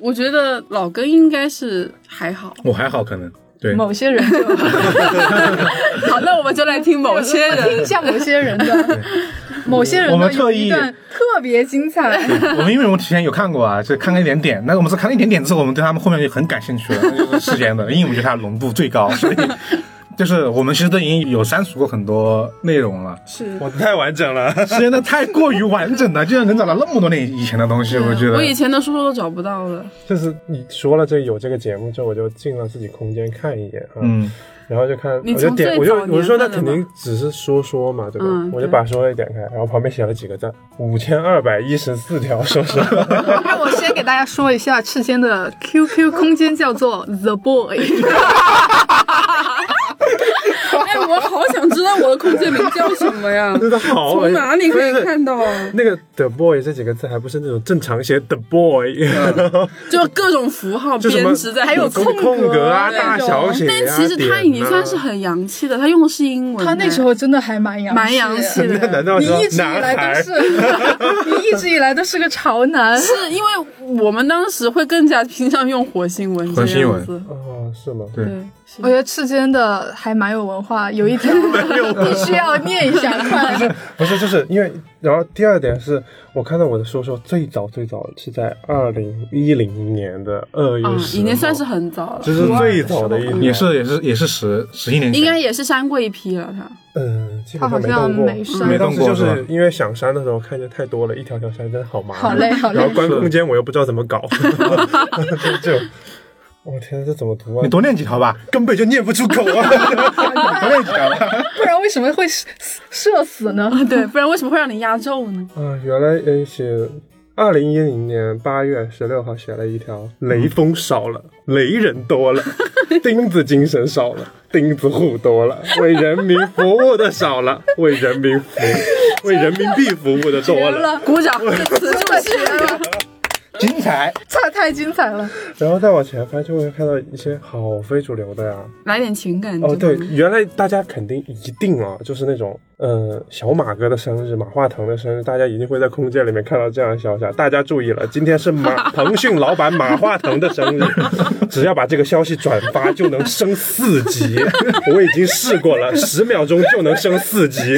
我觉得老根应该是还好。 我还好可能， 对，某些人就好，那我们就来听 某些听一 人。下某些人的，某些人我的们特有意一段特别精彩。我们因为我们提前有看过啊，就看了一点点，那我们是看了一点点之后，我们对他们后面就很感兴趣了，那就是世间的，因为我们觉得他浓度最高，所以。就是我们其实都已经有删除过很多内容 了，是 我太完整了，时间的太过于完整了，居然能 找到那么多年以前的东西，我觉得。我以前的书都找不到了，就是你说了这有这个节目之后，我就进了自己空间看一眼啊，嗯，然后就看，你我就从点，最我就早我就说那年代肯的定只是说说嘛，对吧？嗯我就对把说说点开，然后旁边写了几个字，五千二百一十四条说说，让我先给大家说一下， 赤间的 QQ 空间叫做 The Boy， 哎，我好想知道我的空间名叫什么呀？ 真的好从恶心，哪里可以不是看到啊？那个 the boy 这几个字还不是那种正常写 the boy， 嗯就各种符号就什编么织在，还 有空空格空格啊、那大种小写啊，但其实他已经算是点啊很洋气的，他用的是英文。他那时候真的还蛮洋蛮洋气的。的， 那难道你说一直以来男孩都是， 你一直以来都是个潮男。是因为我们当时会更加倾向用火星文这火星样文子。哦，是吗？对对， 我哎觉得赤间的还蛮有文化，有一条 必须要念一下，看不是，就是因为，然后第二点是我看到我的叔叔最早最早是在二零一零年的二月嗯，十、已经算是很早了就，是最早的一年，也是也是也是十十一年前，应该也是删过一批了。他 嗯，基他本好上没动像过，没因上没为动当过时就是吧是因为想删的时候看见太多了，一条条删真的好麻烦。好累好累 然后关空间我又不知道怎么搞，就我天，这怎么读啊你？多念几条吧，根本就念不出 口啊！你多念几条吧。不然为什么会射射死啊呢？对，不然为什么会让你压轴呢？啊，原来呃写，二零一零年八月十六号写了一条：雷锋少了，雷人多了，钉子精神少了，钉子户多了，为人民服务的少了，为人民服，为人民币服务的多了。鼓掌，这词助是啊精彩，太太精彩了！然后再往前翻，就会看到一些好非主流的呀。来点情感。哦，这对种，原来大家肯定一定啊，就是那种，呃，小马哥的生日、马化腾的生日，大家一定会在空间里面看到这样的消息啊。大家注意了，今天是 马腾讯老板马化腾的 生日，只要把这个消息转发就能升四级。我已经试过了，十秒钟就能升四级。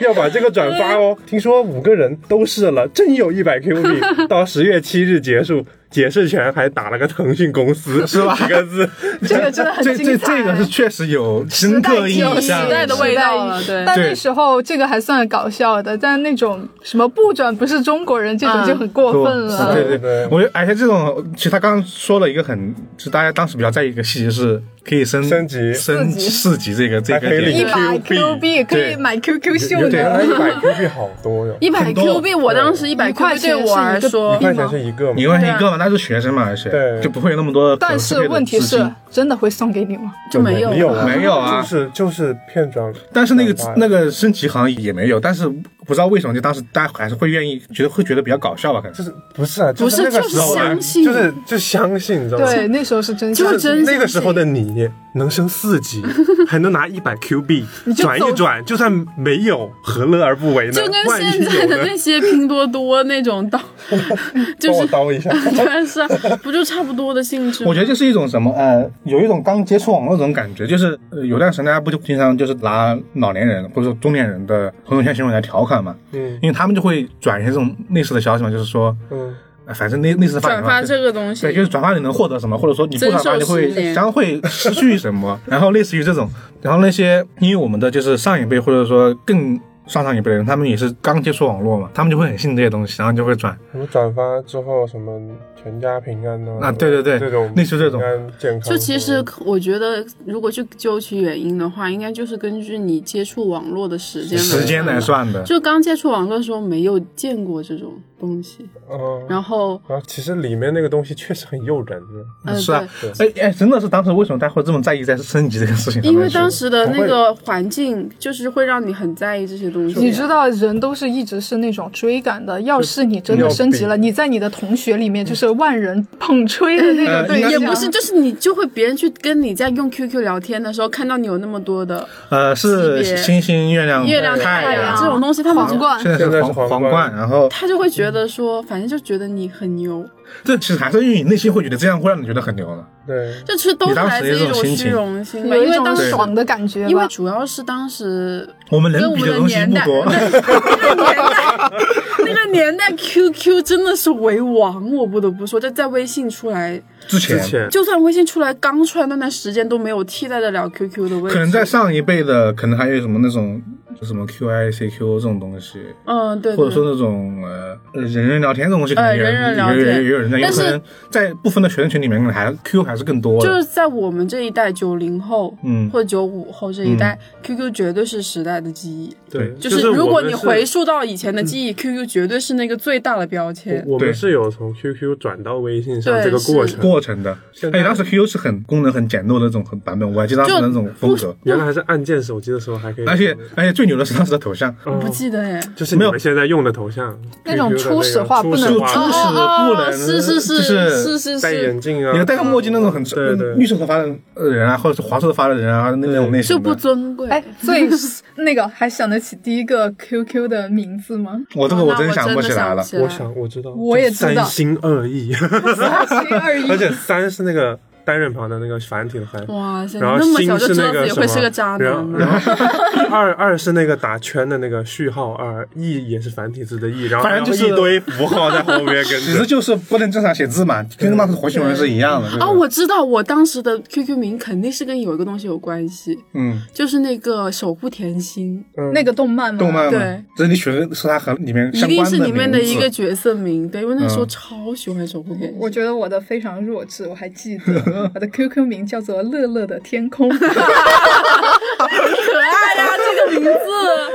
要把这个转发哦！听说五个人都试了，真有一百 Q 币。到十月七日结束，解释权还打了个腾讯公司，是吧？几个字。这个真的很这精这彩。这个是确实有深刻啊印有象时代的味道了对但那对时候这个还算搞笑的，但那种什么不转不是中国人这种嗯就很过分了。对对对对，我觉得而且这种，其实他刚刚说了一个很，就大家当时比较在意一个细节是可以升升级升四级四级这个这还个可以点领一百 Q Q 币可以对哎买 QQ 秀有原呢点，哎来一百 Q 币好多哟，一百很多 Q 币，我当时一百一 Q 块币对钱我来是一个说一，块钱是一个嘛一。块钱一个嘛，那是学生嘛，而且对就不会有那么多可但支配是的问题资金是，真的会送给你吗？就没有没有了啊没有啊就是就是片装，但是那个转发那个升级好像也没有，但是不知道为什么，就当时大家还是会愿意觉得会觉得比较搞笑吧，可能就是不是啊，就不是是那个时候啊就是相信就是就相信，你知道吗？对，那时候是真就是相就信是真那个时候的你能升四级，还能拿一百 Q 币就转一走转，就算没有，何乐而不为呢？就跟万一现在有的呢那些拼多多 那种到，就帮我是刀一下。 对是啊不就差不多的性质吗？我觉得就是一种什么呃，有一种刚接触网络这种感觉，就是、呃、有段时间大家不就经常就是拿老年人或者说中年人的朋友圈行为来调侃嘛，嗯因为他们就会转一些这种类似的消息嘛，就是说，嗯，呃反正类类似的发言转嘛发就这个东西对，，就是转发你能获得什么，或者说你不增转发寿你十年会将会失去什 么，然后类似于这种，然后那些因为我们的就是上一辈或者说更上上一辈的人，他们也是刚接触网络嘛，他们就会很信这些东西，然后就会转，什么转发之后什么全家平安呢？啊对对对这种类似这种平安健康什么就的。其实我觉得，如果去究其原因的话，应该就是根据你接触网络的时间来时间来看吧。算的。就刚接触网络的时候没有见过这种东西，嗯，然后然后其实里面那个东西确实很诱人的。呃是啊对，哎哎，真的是当时为什么大家会这么在意在升级这个事情上面？因为当时的不那会个环境就是会让你很在意这些东西啊。你知道，人都是一直是那种追赶的。要是你真的升级了，你在你的同学里面就是万人捧吹的那种呃对象，也不是，就是你就会别人去跟你在用 QQ 聊天的时候，看到你有那么多的呃是级别星星、月亮、月嗯亮、太阳阳这种东西，他们皇就冠现在现在是是皇皇皇冠冠，然后他就会觉得说，反正就觉得你很牛，这其实还是因为你内心会觉得这样会让你觉得很牛的。对，这其实都你是当时来自于也一这种种心虚情荣心吧，有因一为种当时爽的感觉吧。因为主要是当时我们跟能我比们的的东西年不代，多，那个年代，那个年代 QQ 真的是为王，我不得不说，这在微信出来，之之前前就算微信出来刚出来那段时间都没有替代得了 QQ 的位置。可能在上一辈的，可能还有什么那种什么 QICQ 这种东西，嗯，对，或对者说那种呃呃人人聊天这种东西，可呃能也有人人人聊也有天也有人在用，但是可能在部分的学生群里面，可能还 Q 还是更多就是的。在我们这一代九零后，嗯或者九五后这一代、q q 绝对是时代的记忆。对就就是如我果们你是回溯到以前的记忆、q q 绝对是那个最大的标签。我我对们是有从 QQ 转到微信上对这个过是程，过程的，现在哎，当时 QQ 是很功能很简陋的那种很版本，我还记得当时就的那种风格，原来还是按键手机的时候还可以，而且而且最牛的是当时的头像，我不记得哎，就是你没有们现在用的头像，那种 QQ 的那初个始化不能初始初化始不能，啊是是是就是是哦是戴眼镜啊，你戴个墨镜那种很呃对对绿色头发的人啊，或者是黄色头发的人啊，那种类型就的不尊贵。哎，最 那个还想得起第一个 QQ 的名字吗？我这个哦我那真想不不起来了。起我想我知道，我也知 道三心二意， 三心二意，而且三是那个单人旁的那个繁体的繁，哇塞，然后嗯那么心小就是知道那自个己什会么，是个渣然后男然了。后 二二是那个打圈的那个序号二，e 也是繁体字的 e，然后反正就是然后一堆符号在后面跟 其实着。就是不能正常写字嘛，跟他妈的火星文是一样的。就是啊，我知道，我当时的 QQ 名肯定是跟有一个东西有关系，嗯，就是那个守护甜心，那个动漫嘛，动漫嘛对，这你选的是它和里面一相定关是里面的名字一个角色名，对，因为那时候嗯超喜欢守护甜心。我觉得我的非常弱智，我还记得我的 QQ 名叫做“乐乐的天 空”，可爱呀、这个名字，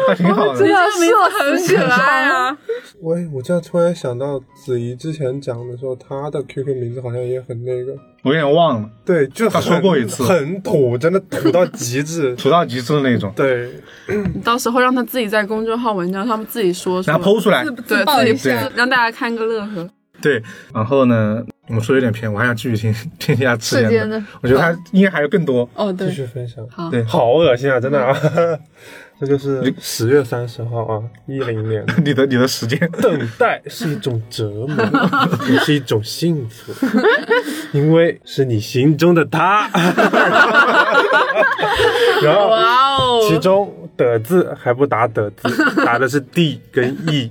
还挺好的这。个名字很可爱啊。喂，我这样突然想到子怡之前讲的时候，她的 QQ 名字好像也很那个，我有点忘了，对，就她很说过一次。很 土，真的土到极致土到极致的那种。对，你到时候让他自己在公众号文章上面自己说出然来，后剖出来，对自爆一自己下对让大家看个乐呵。 对，然后呢，我们说有点偏，我还想继续听听一下赤世间间的的，我觉得他应该还有更多。哦，继对，续分享。好，对嗯好恶心啊！真的啊， 这个是十月三十号啊，一 零年。你的你的时间， 等待是一种折磨，也是一种 幸福，因为是你心中的他。然后，哇哦，其中的字还不打的 字，打的是 d 跟 e，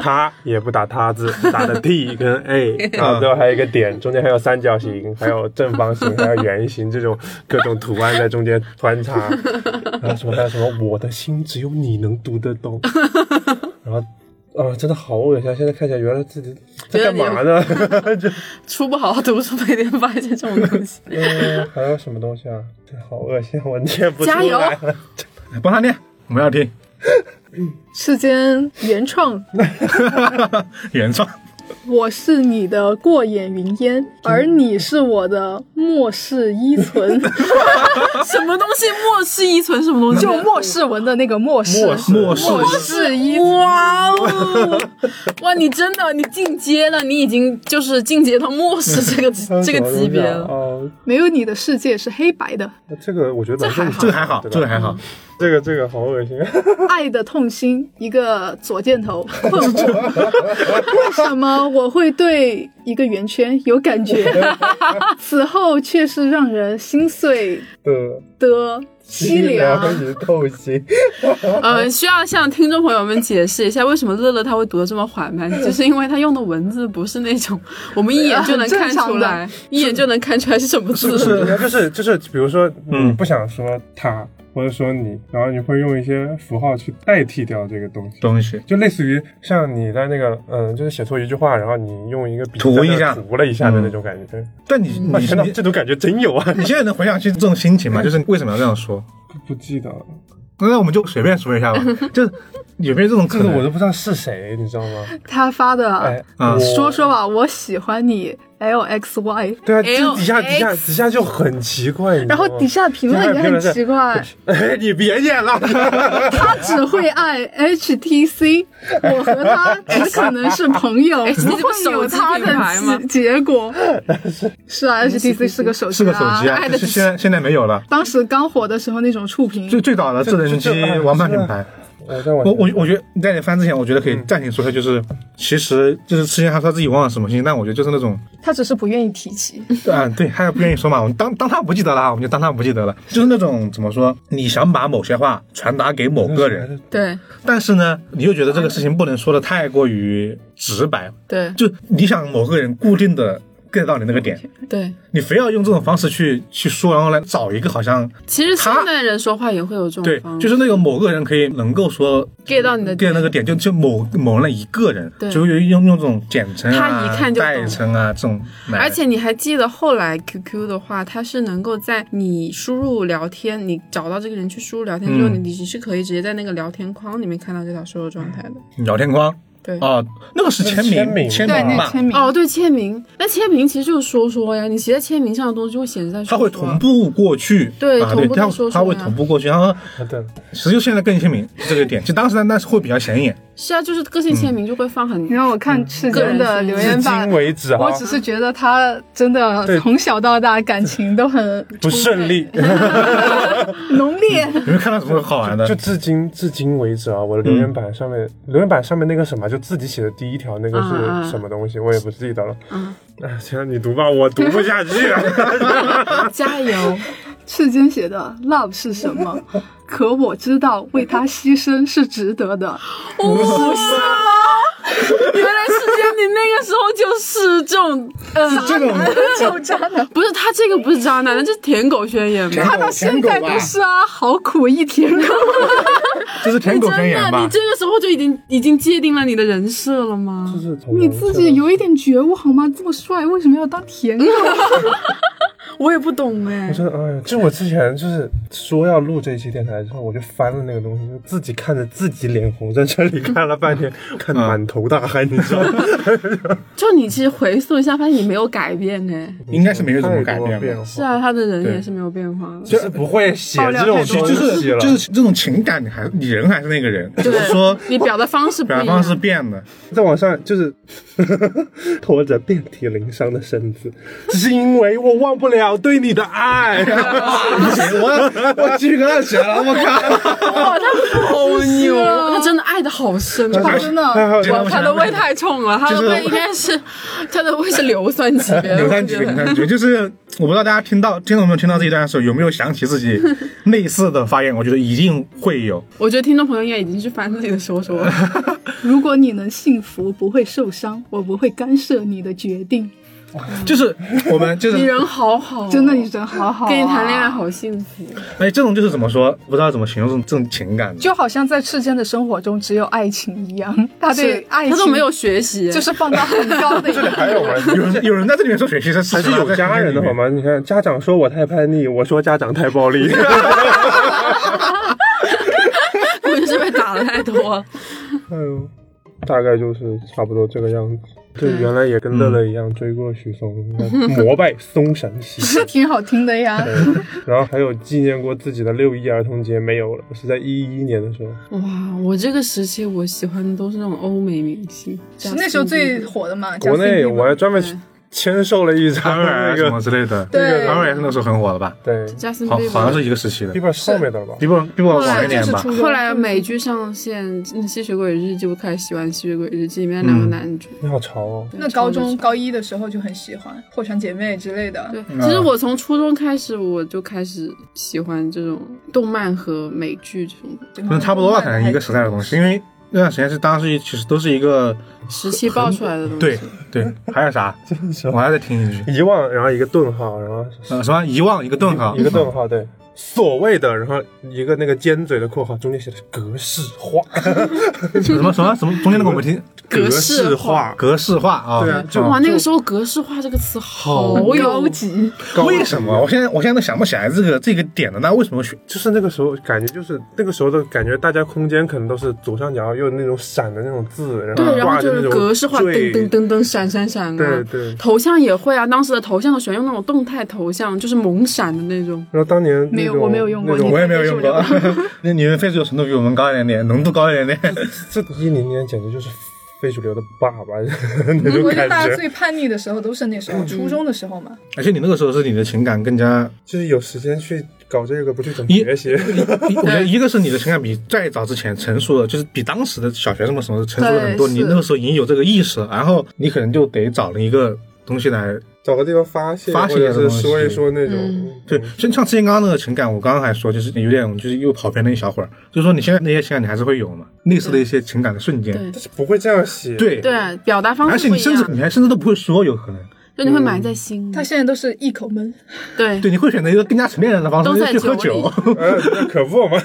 他也不打他字，打的 t 跟 a，然后最后还有一个点，中间还有三角形，还有正方形，还有圆形这种各种图案在中间穿插， 然后什么还有什么我的心只有你能读 得懂，然后。啊、真的好恶心！啊！现在看起来，原来自己在干 嘛呢？ 就、书不好好读书，每天发现这种东西。呃、还有什么东西啊？真的好恶心，我念不出 加油来了。帮他念，我们要听 世间原创原 创。我是你的过眼云烟，而你是我的末世依 存， 什么东西？末世依存什么东西？就末世文的那个末世。末世末世依存哇哦！哇，你真的你进阶了，你已经就是进阶到末世这 个这个级别了。哦、没有你的世界是黑白的，这个我觉得蛮正常的这个还好，对吧这个还好，这个这个好恶心，啊 爱的痛心，一个左箭头困 惑。为什么我会对一个圆圈有感 觉？此后却是让人心碎的的凄凉。与 透心。呃，需要向听众朋友们解释一下，为什么乐乐他会读的这么缓慢，就是因为他用的文字不是那种我们一眼就能看出 来，一眼就能看出来是什么字。就是就是，比如说你嗯不想说他，或者说你，然后你会用一些符号去代替掉这个东西。东西。就类似于像你在那个，嗯，就是写错一句话，然后你用一个笔涂在那一下涂了一下的那种感觉。但你 哇，你天哪，你这种感觉真 有啊！你现在能回想起这种心情吗？就是为什么要这样说？不记得了，那我们就随便说一下 吧，就是有没有这种可 这个能？我都不知道是谁，你知道吗？他发的、哎，啊我说说吧，我喜欢你 L X Y，对啊， L 这底下底下 X 底下就很奇怪，你知道哎然后吗底下评论也很奇怪， 哎，你别念了，他只会爱 H T C，我和他只可能是 朋友， HTC 不会有他不是手机品牌吗的结 结果。是啊，H T C 是个手机、啊，是个手机啊爱，的就是现在现在没有了。当时刚火的时候那种触屏，最最早的智能这机这哎玩伴是品啊牌，我在往我我我觉得你在你翻之前，我觉得可以暂停说一下，就是其实就是之前他说自己忘了什么事情，但我觉得就是那种他只是不愿意提起。啊， 对，他也不愿意说嘛，我们当当他不记得了啊，我们就当他不记得了。就是那种怎么说，你想把某些话传达给某个人，对但是呢，你又觉得这个事情不能说的太过于直白，对就你想某个人固定的 get 到你那个点，对，你非要用这种方式去去说，然后来找一个好像其实现代人说话也会有这对种，方式，就是那个某个人可以能够说 get 到你的嗯 get 那个点，就就某某那一个人，对就用用这种简称啊、他一看就懂代称啊这种来，而且你还记得后来 QQ 的话，它是能够在你输入聊天，你找到这个人去输入聊天之后，嗯你你是可以直接在那个聊天框里面看到这条输入状态的。聊天框对，啊，那个是签签名签对，那名个吧。签名，哦，对，签名，那签名其实就是说说呀，你写在签名上的东西就会显示在它说说会啊。同步过去，对啊，同对，步它到说它会出来同步过去，然后好的，其实就现在更鲜明这个点，就当时呢，那是会比较显眼，是啊，就是个性签名就会 放很然后我看赤个间人的信留息言至板今，为啊止啊我哈，只是觉得他真的从小到大感情都很不顺利，浓烈。有没有看到什么 好玩的？就至今至今为止啊，我的留言板上嗯面、留言板上面那个什么，就自己写的第一条那个啊嗯嗯是什么东西，我也不记得了。哎，行了，你读吧，我读不下去啊 了。加油，赤间写的 “love 是 什么？可我知道为他牺牲是值得的。 原来世间你那个时候就是这种，呃，这 种”就渣男，不是他这个不是渣男，这是舔狗宣言哎吧？他到现在不是啊，好苦一啊舔 狗。这是舔狗宣言哎真的，吧你？这个时候就已经已经界定了你的人设了吗？你自己有一点觉悟好吗？这么帅，为什么要当舔狗？啊我也不懂哎我，真的，哎呀，就我之前就是说要录这一期电台之后，我就翻了那个东西，就自己看着自己脸红，在这里看了半 天，看满头大汗，你知道吗？就你其实回溯一下，发现你没有改变哎。应该是 没有怎么改太多变变 了。是啊，他的人对也是没有变化的。就是不会写这种就东就是西了。就是这种情感，你还你人还是那个人，只是说你表达方式不 一表达样，方式变了。在网上就是 拖着遍体鳞伤的身子，只是因为我忘不了对你 的爱。不行，我我鸡皮疙瘩起来了，我靠！哦好牛！啊他真的爱的好深啊，哇真的， 这个我我他的胃太重了，他就的是胃应该是 他的胃是硫酸级 别的，扭蛋局，我觉扭得蛋局，就是我不知道大家听到听众朋友听到这一段的时候有没有想起自己类似的发言，我觉得一定会 有。我觉得听众朋友应该已经去翻自己的小说 了。如果你能幸福，不会受伤，我不会干涉你的决定。就是我们就你是人好好，哦哦真的，你人好好啊，跟你谈恋爱好幸福。哎，这种就是怎么说，不知道怎么形容这种情感的。就好像在世间的生活中只有爱情一样，他对爱情他都没有学习， 就是放到很高 的一个。还有吗？有人有人在这里面说学习是还还是有家人的好？吗？你看，家长说我太叛逆，我说家长太 暴力。哎可能是被打的太多了。哎呦，大概就是差不多这个样子。对，原来也跟乐乐一样追过许嵩，膜拜松山 系。是挺好听的呀，然后还有纪念过自己的六一儿童节没有了，是在一一年的时候。哇，我这个时期我喜欢的都是那种欧美明星，是那时候最火的嘛。国 Justin 内 Bieber 我还专门去签售了一张韩啊那软什么个，之类的，对韩软也是那时候很火的吧？对， Justin 好，好像 Bieber。是一个时期的一，本后面的了吧？比我比我后晚来一就点是吧。出后来美剧上线，《吸血鬼日记》我开始喜欢《吸血鬼日记》里面两个嗯男主。你好潮哦！对那高中超级高一的时候就很喜欢《破产姐妹》之类的，对，其实嗯我从初中开始我就开始喜欢这种动漫和美剧这种可可能差不多吧，可能一个时代的东西，因为那段时间是当时其实都是一个时期爆出来的东西。对对，啊还有 啥？我还在听一句，遗忘，然后一个顿号，然后呃，什么遗忘一个顿号，一个顿号，对，所谓的，然后一个那个尖嘴的括号，中间写的是格式化，什么什么什么中间那个我没听，格式化，格式化啊，对啊就啊哇，那个时候格式化这个词好有高级，为什么？我现在我现在都想不起来这个这个点了，那为什么选？就是那个时候感觉就是那个时候的感觉，大家空间可能都是左上角有那种闪的那种字，然对，后然后挂就着那是种格式化，噔坠噔噔噔，闪闪闪啊。对对头像也会啊，当时的头像都喜欢用那种动态头像，就是猛闪的那种。然后当年没那有种我没有用过那种我也没有用过， 那你们分数程度比我们高一点点，浓度高一点点。这一零年简直就是非主流的爸爸，那种我觉得感大家觉，最叛逆的时候都是那时嗯候，初中的时候嘛。 而且你那个时候是你的情感更 加，就是有时间去搞这个，不去怎么一学习？我觉得一个是你的情感比再早之前成熟了，就是比当时的小学生们什么的成熟了很多。对你是那个时候已经有这个意识，然后你可能就得找了一个东西来找个地方发泄，发泄或者的东是西说一说那种。对，像像之前刚刚那个情感，我刚刚还说就是有点就是又跑偏了一小会儿，就是说你现在那些情感你还是会有嘛，类似的一些情感的瞬间，对但是不会这样写。对对，表达方而式且不你一甚至样，你还甚至都不会说，有可能就你会埋在心里他。现在都是一口闷，对，对，你会选择一个更加成年人的方都式，就在是去喝酒酒 里。呃，那可不嘛。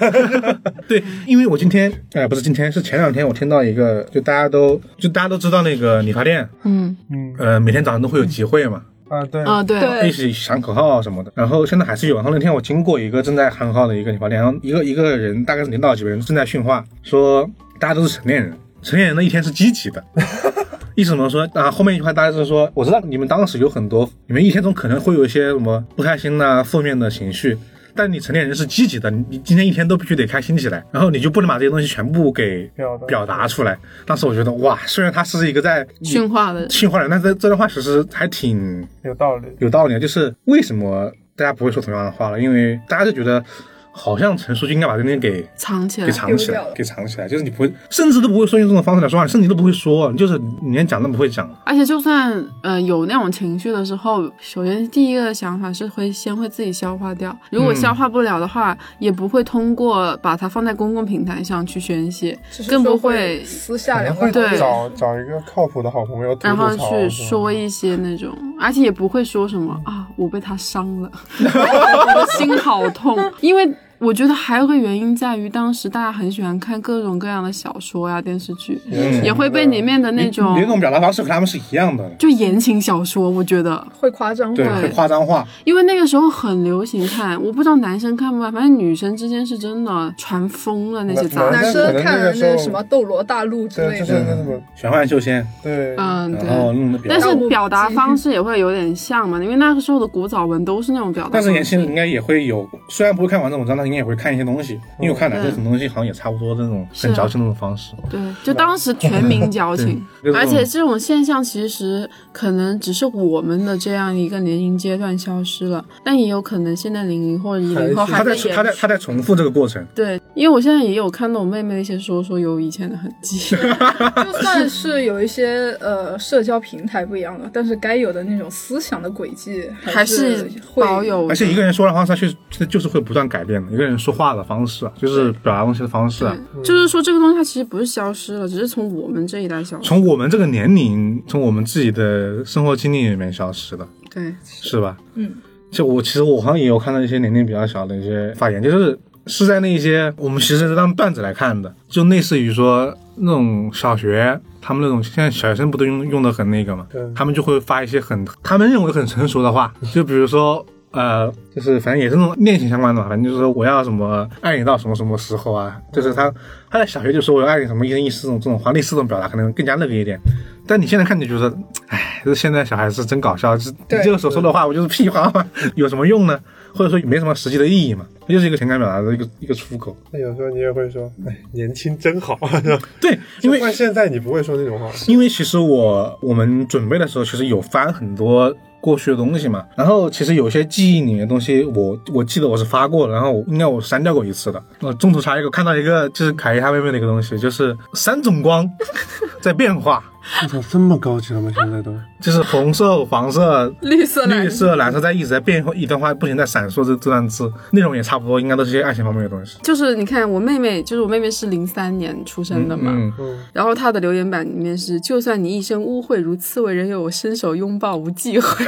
对，因为我今天呃不是今天是前两天我听到一个，就大家都就大家都知道那个理发店，嗯呃每天早上都会有集会嘛， 啊，对，啊，对，一起喊口号什么的。然后现在还是有。然后那天我经过一个正在喊口号的一个理发店，然后一个一个人大概是领导级别人正在训话，说大家都是成年人，成年人的一天是积极的。意思怎么说啊？后面一句话大概是说，我知道你们当时有很多，你们一天中可能会有一些什么不开心呐、负面的情绪，但你成年人是积极的，你你今天一天都必须得开心起来，然后你就不能把这些东西全部给表达表达出来。当时我觉得哇，虽然他是一个在驯化的人，驯化人，但这这段话其实还挺有道理。有道理的，啊就是为什么大家不会说同样的话了？因为大家就觉得好像陈述就应该把这东西给藏起来给。藏起来啊丢掉，了给藏起来，就是你不会，甚至都不会说用这种方式来说话，甚至你都不会说，你就是你连讲都不会讲。而且就算呃有那种情绪的时候，首先第一个想法是会先会自己消化掉，如果消化不了的话，也不会通过把它放在公共平台上去宣泄，只是更不说会私下聊会啊会对找找一个靠谱的好朋友吐然吐槽后是吧，去说一些那种，而且也不会说什嗯么啊，我被他伤 了，我的心好痛，因为。我觉得还有个原因在于，当时大家很喜欢看各种各样的小说呀、电视剧，也会被里面的那种嗯你那种表达方式和他们是一样的，就言情小说，我觉得，会夸张对，化，会夸张化，因为那个时候很流行看，我不知道男生看不看，反正女生之间是真的传疯了那些杂男男志，可生能看那了个时那候个什么《斗罗大陆》之对，类就的是，那什么，玄幻修仙，对，啊嗯，然后对。弄的表但达。是表达方式也会有点像嘛，因为那个时候的古早文都是那种表达但方式。是年轻人应该也会有，虽然不会看完这种章，但是应该也会看一些东西，因为我看男生什么东西好像也差不多这种嗯是很啊矫情的那种方式。，对，就当时全民矫情 对而且这种现象其实可能只是我们的这样一个年龄阶段消失了，但也有可能现在零零后、一零后他还在延续。他在他在重复这个过程，对，因为我现在也有看到我妹妹的一些说说有以前的痕 迹，就算是有一些呃社交平台不一样了，但是该有的那种思想的轨迹还是是会保。有的。而且一个人说话方式，他确就是会不断改变的。一个人说话的方式，啊就是表达东西的方式，啊对就是说这个东西它其实不是消失了，只是从我们这一代消失。从我们这个年龄，从我们自己的生活经历里面消失的，对，是吧？嗯，就我其实我好像也有看到一些年龄比较小的一些发言，就是是在那些我们其实是当段子来看的，就类似于说那种小学。他们那种现在小学生不都用用的很那个嘛，他们就会发一些很他们认为很成熟的话，就比如说呃，就是反正也是那种恋情相关的嘛，反正就是说我要什么爱你到什么什么时候啊，就是他他在小学就说我要爱你什么一生一世这种这种话，类似这种表达可能更加那个一点。但你现在看你就觉得，哎，这现在小孩子真搞笑，这对你这个时候说的话不就是屁话吗？ 有什么用呢？或者说没什么实际的意义嘛？这就是一个情感表达的一个一个出口。那有时候你也会说，哎，年轻真好， 对，因为换现在你不会说那种话，因为其实我我们准备的时候，其实有翻很多过去的东西嘛。然后其实有些记忆里面的东西我，我记得我是发过的，然后我应该我删掉过一次的。我中途查一个，看到一个就是凯伊他妹妹的一个东西，就是三种光 在变化，这种这么高级了吗？现 在都就是红色、黄色、绿色绿色、蓝色在一直在变化，一段话不停在闪烁这这段字，内容也差不多，应该都是一些爱情方面的东西。就是你看我妹妹，就是我妹妹是零三年出生的嘛。嗯，然后她的留言板里面是：“就算你一身污秽如刺猬人，有我伸手拥抱无忌讳。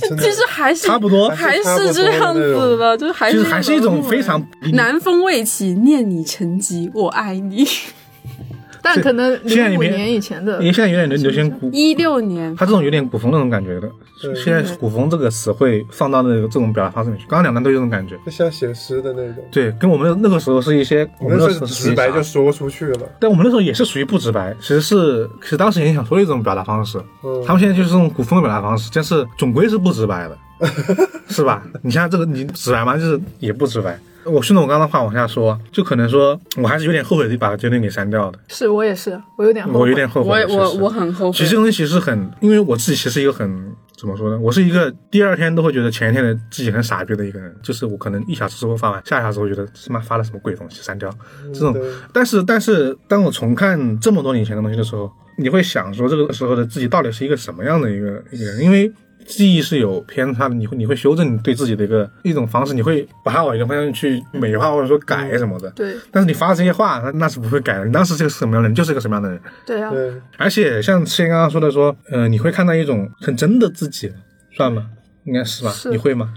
真”的其实还是差不多还是这样子的，就是还就是是还是一种非常南风未起，念你成疾，我爱你。但可能现在零也五没年以前的因为现在有点流流行古一六年他这种有点古风那种感觉的，现在古风这个词汇放到那个这种表达方式里面去，刚刚两段都有这种感觉，就像写诗的那种，对，跟我们那个时候是一些，我我们们那那时候是是直白就啥说出去啊了，但我们那时候也是属于不直白，其实是其实当时也想说的一种表达方式，他们现在就是这种古风的表达方式，但是总归是不直白的，是吧？你像这个你直白吗？就是也不直白。我顺着我刚刚的话往下说，就可能说我还是有点后悔把这东西给删掉的，是我也是，我有点后悔我有点后我悔。其实我我很后悔。其实这东西其实很，因为我自己其实一个很怎么说呢，我是一个第二天都会觉得前一天的自己很傻逼的一个人，就是我可能一小时之后发完，下一小时我觉得他妈发了什么鬼东西，删掉这种。但是但是当我重看这么多年前的东西的时候，你会想说这个时候的自己到底是一个什么样的一个一个人，因为。记忆是有偏差的，你会你会修正你对自己的一个一种方式，你会把它往一个方向去美化或者说改什么的。嗯对但是你发这些话，那那是不会改的。你当时是个什么样的人，就是个什么样的人。对啊，对，而且像之前刚刚说的说，呃，你会看到一种很真的自己，算吗？应该是吧？是你会吗？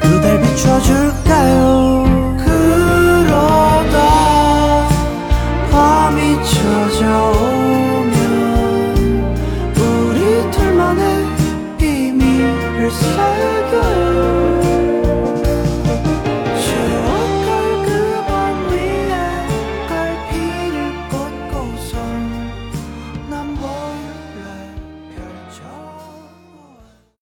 그댈 비춰줄까요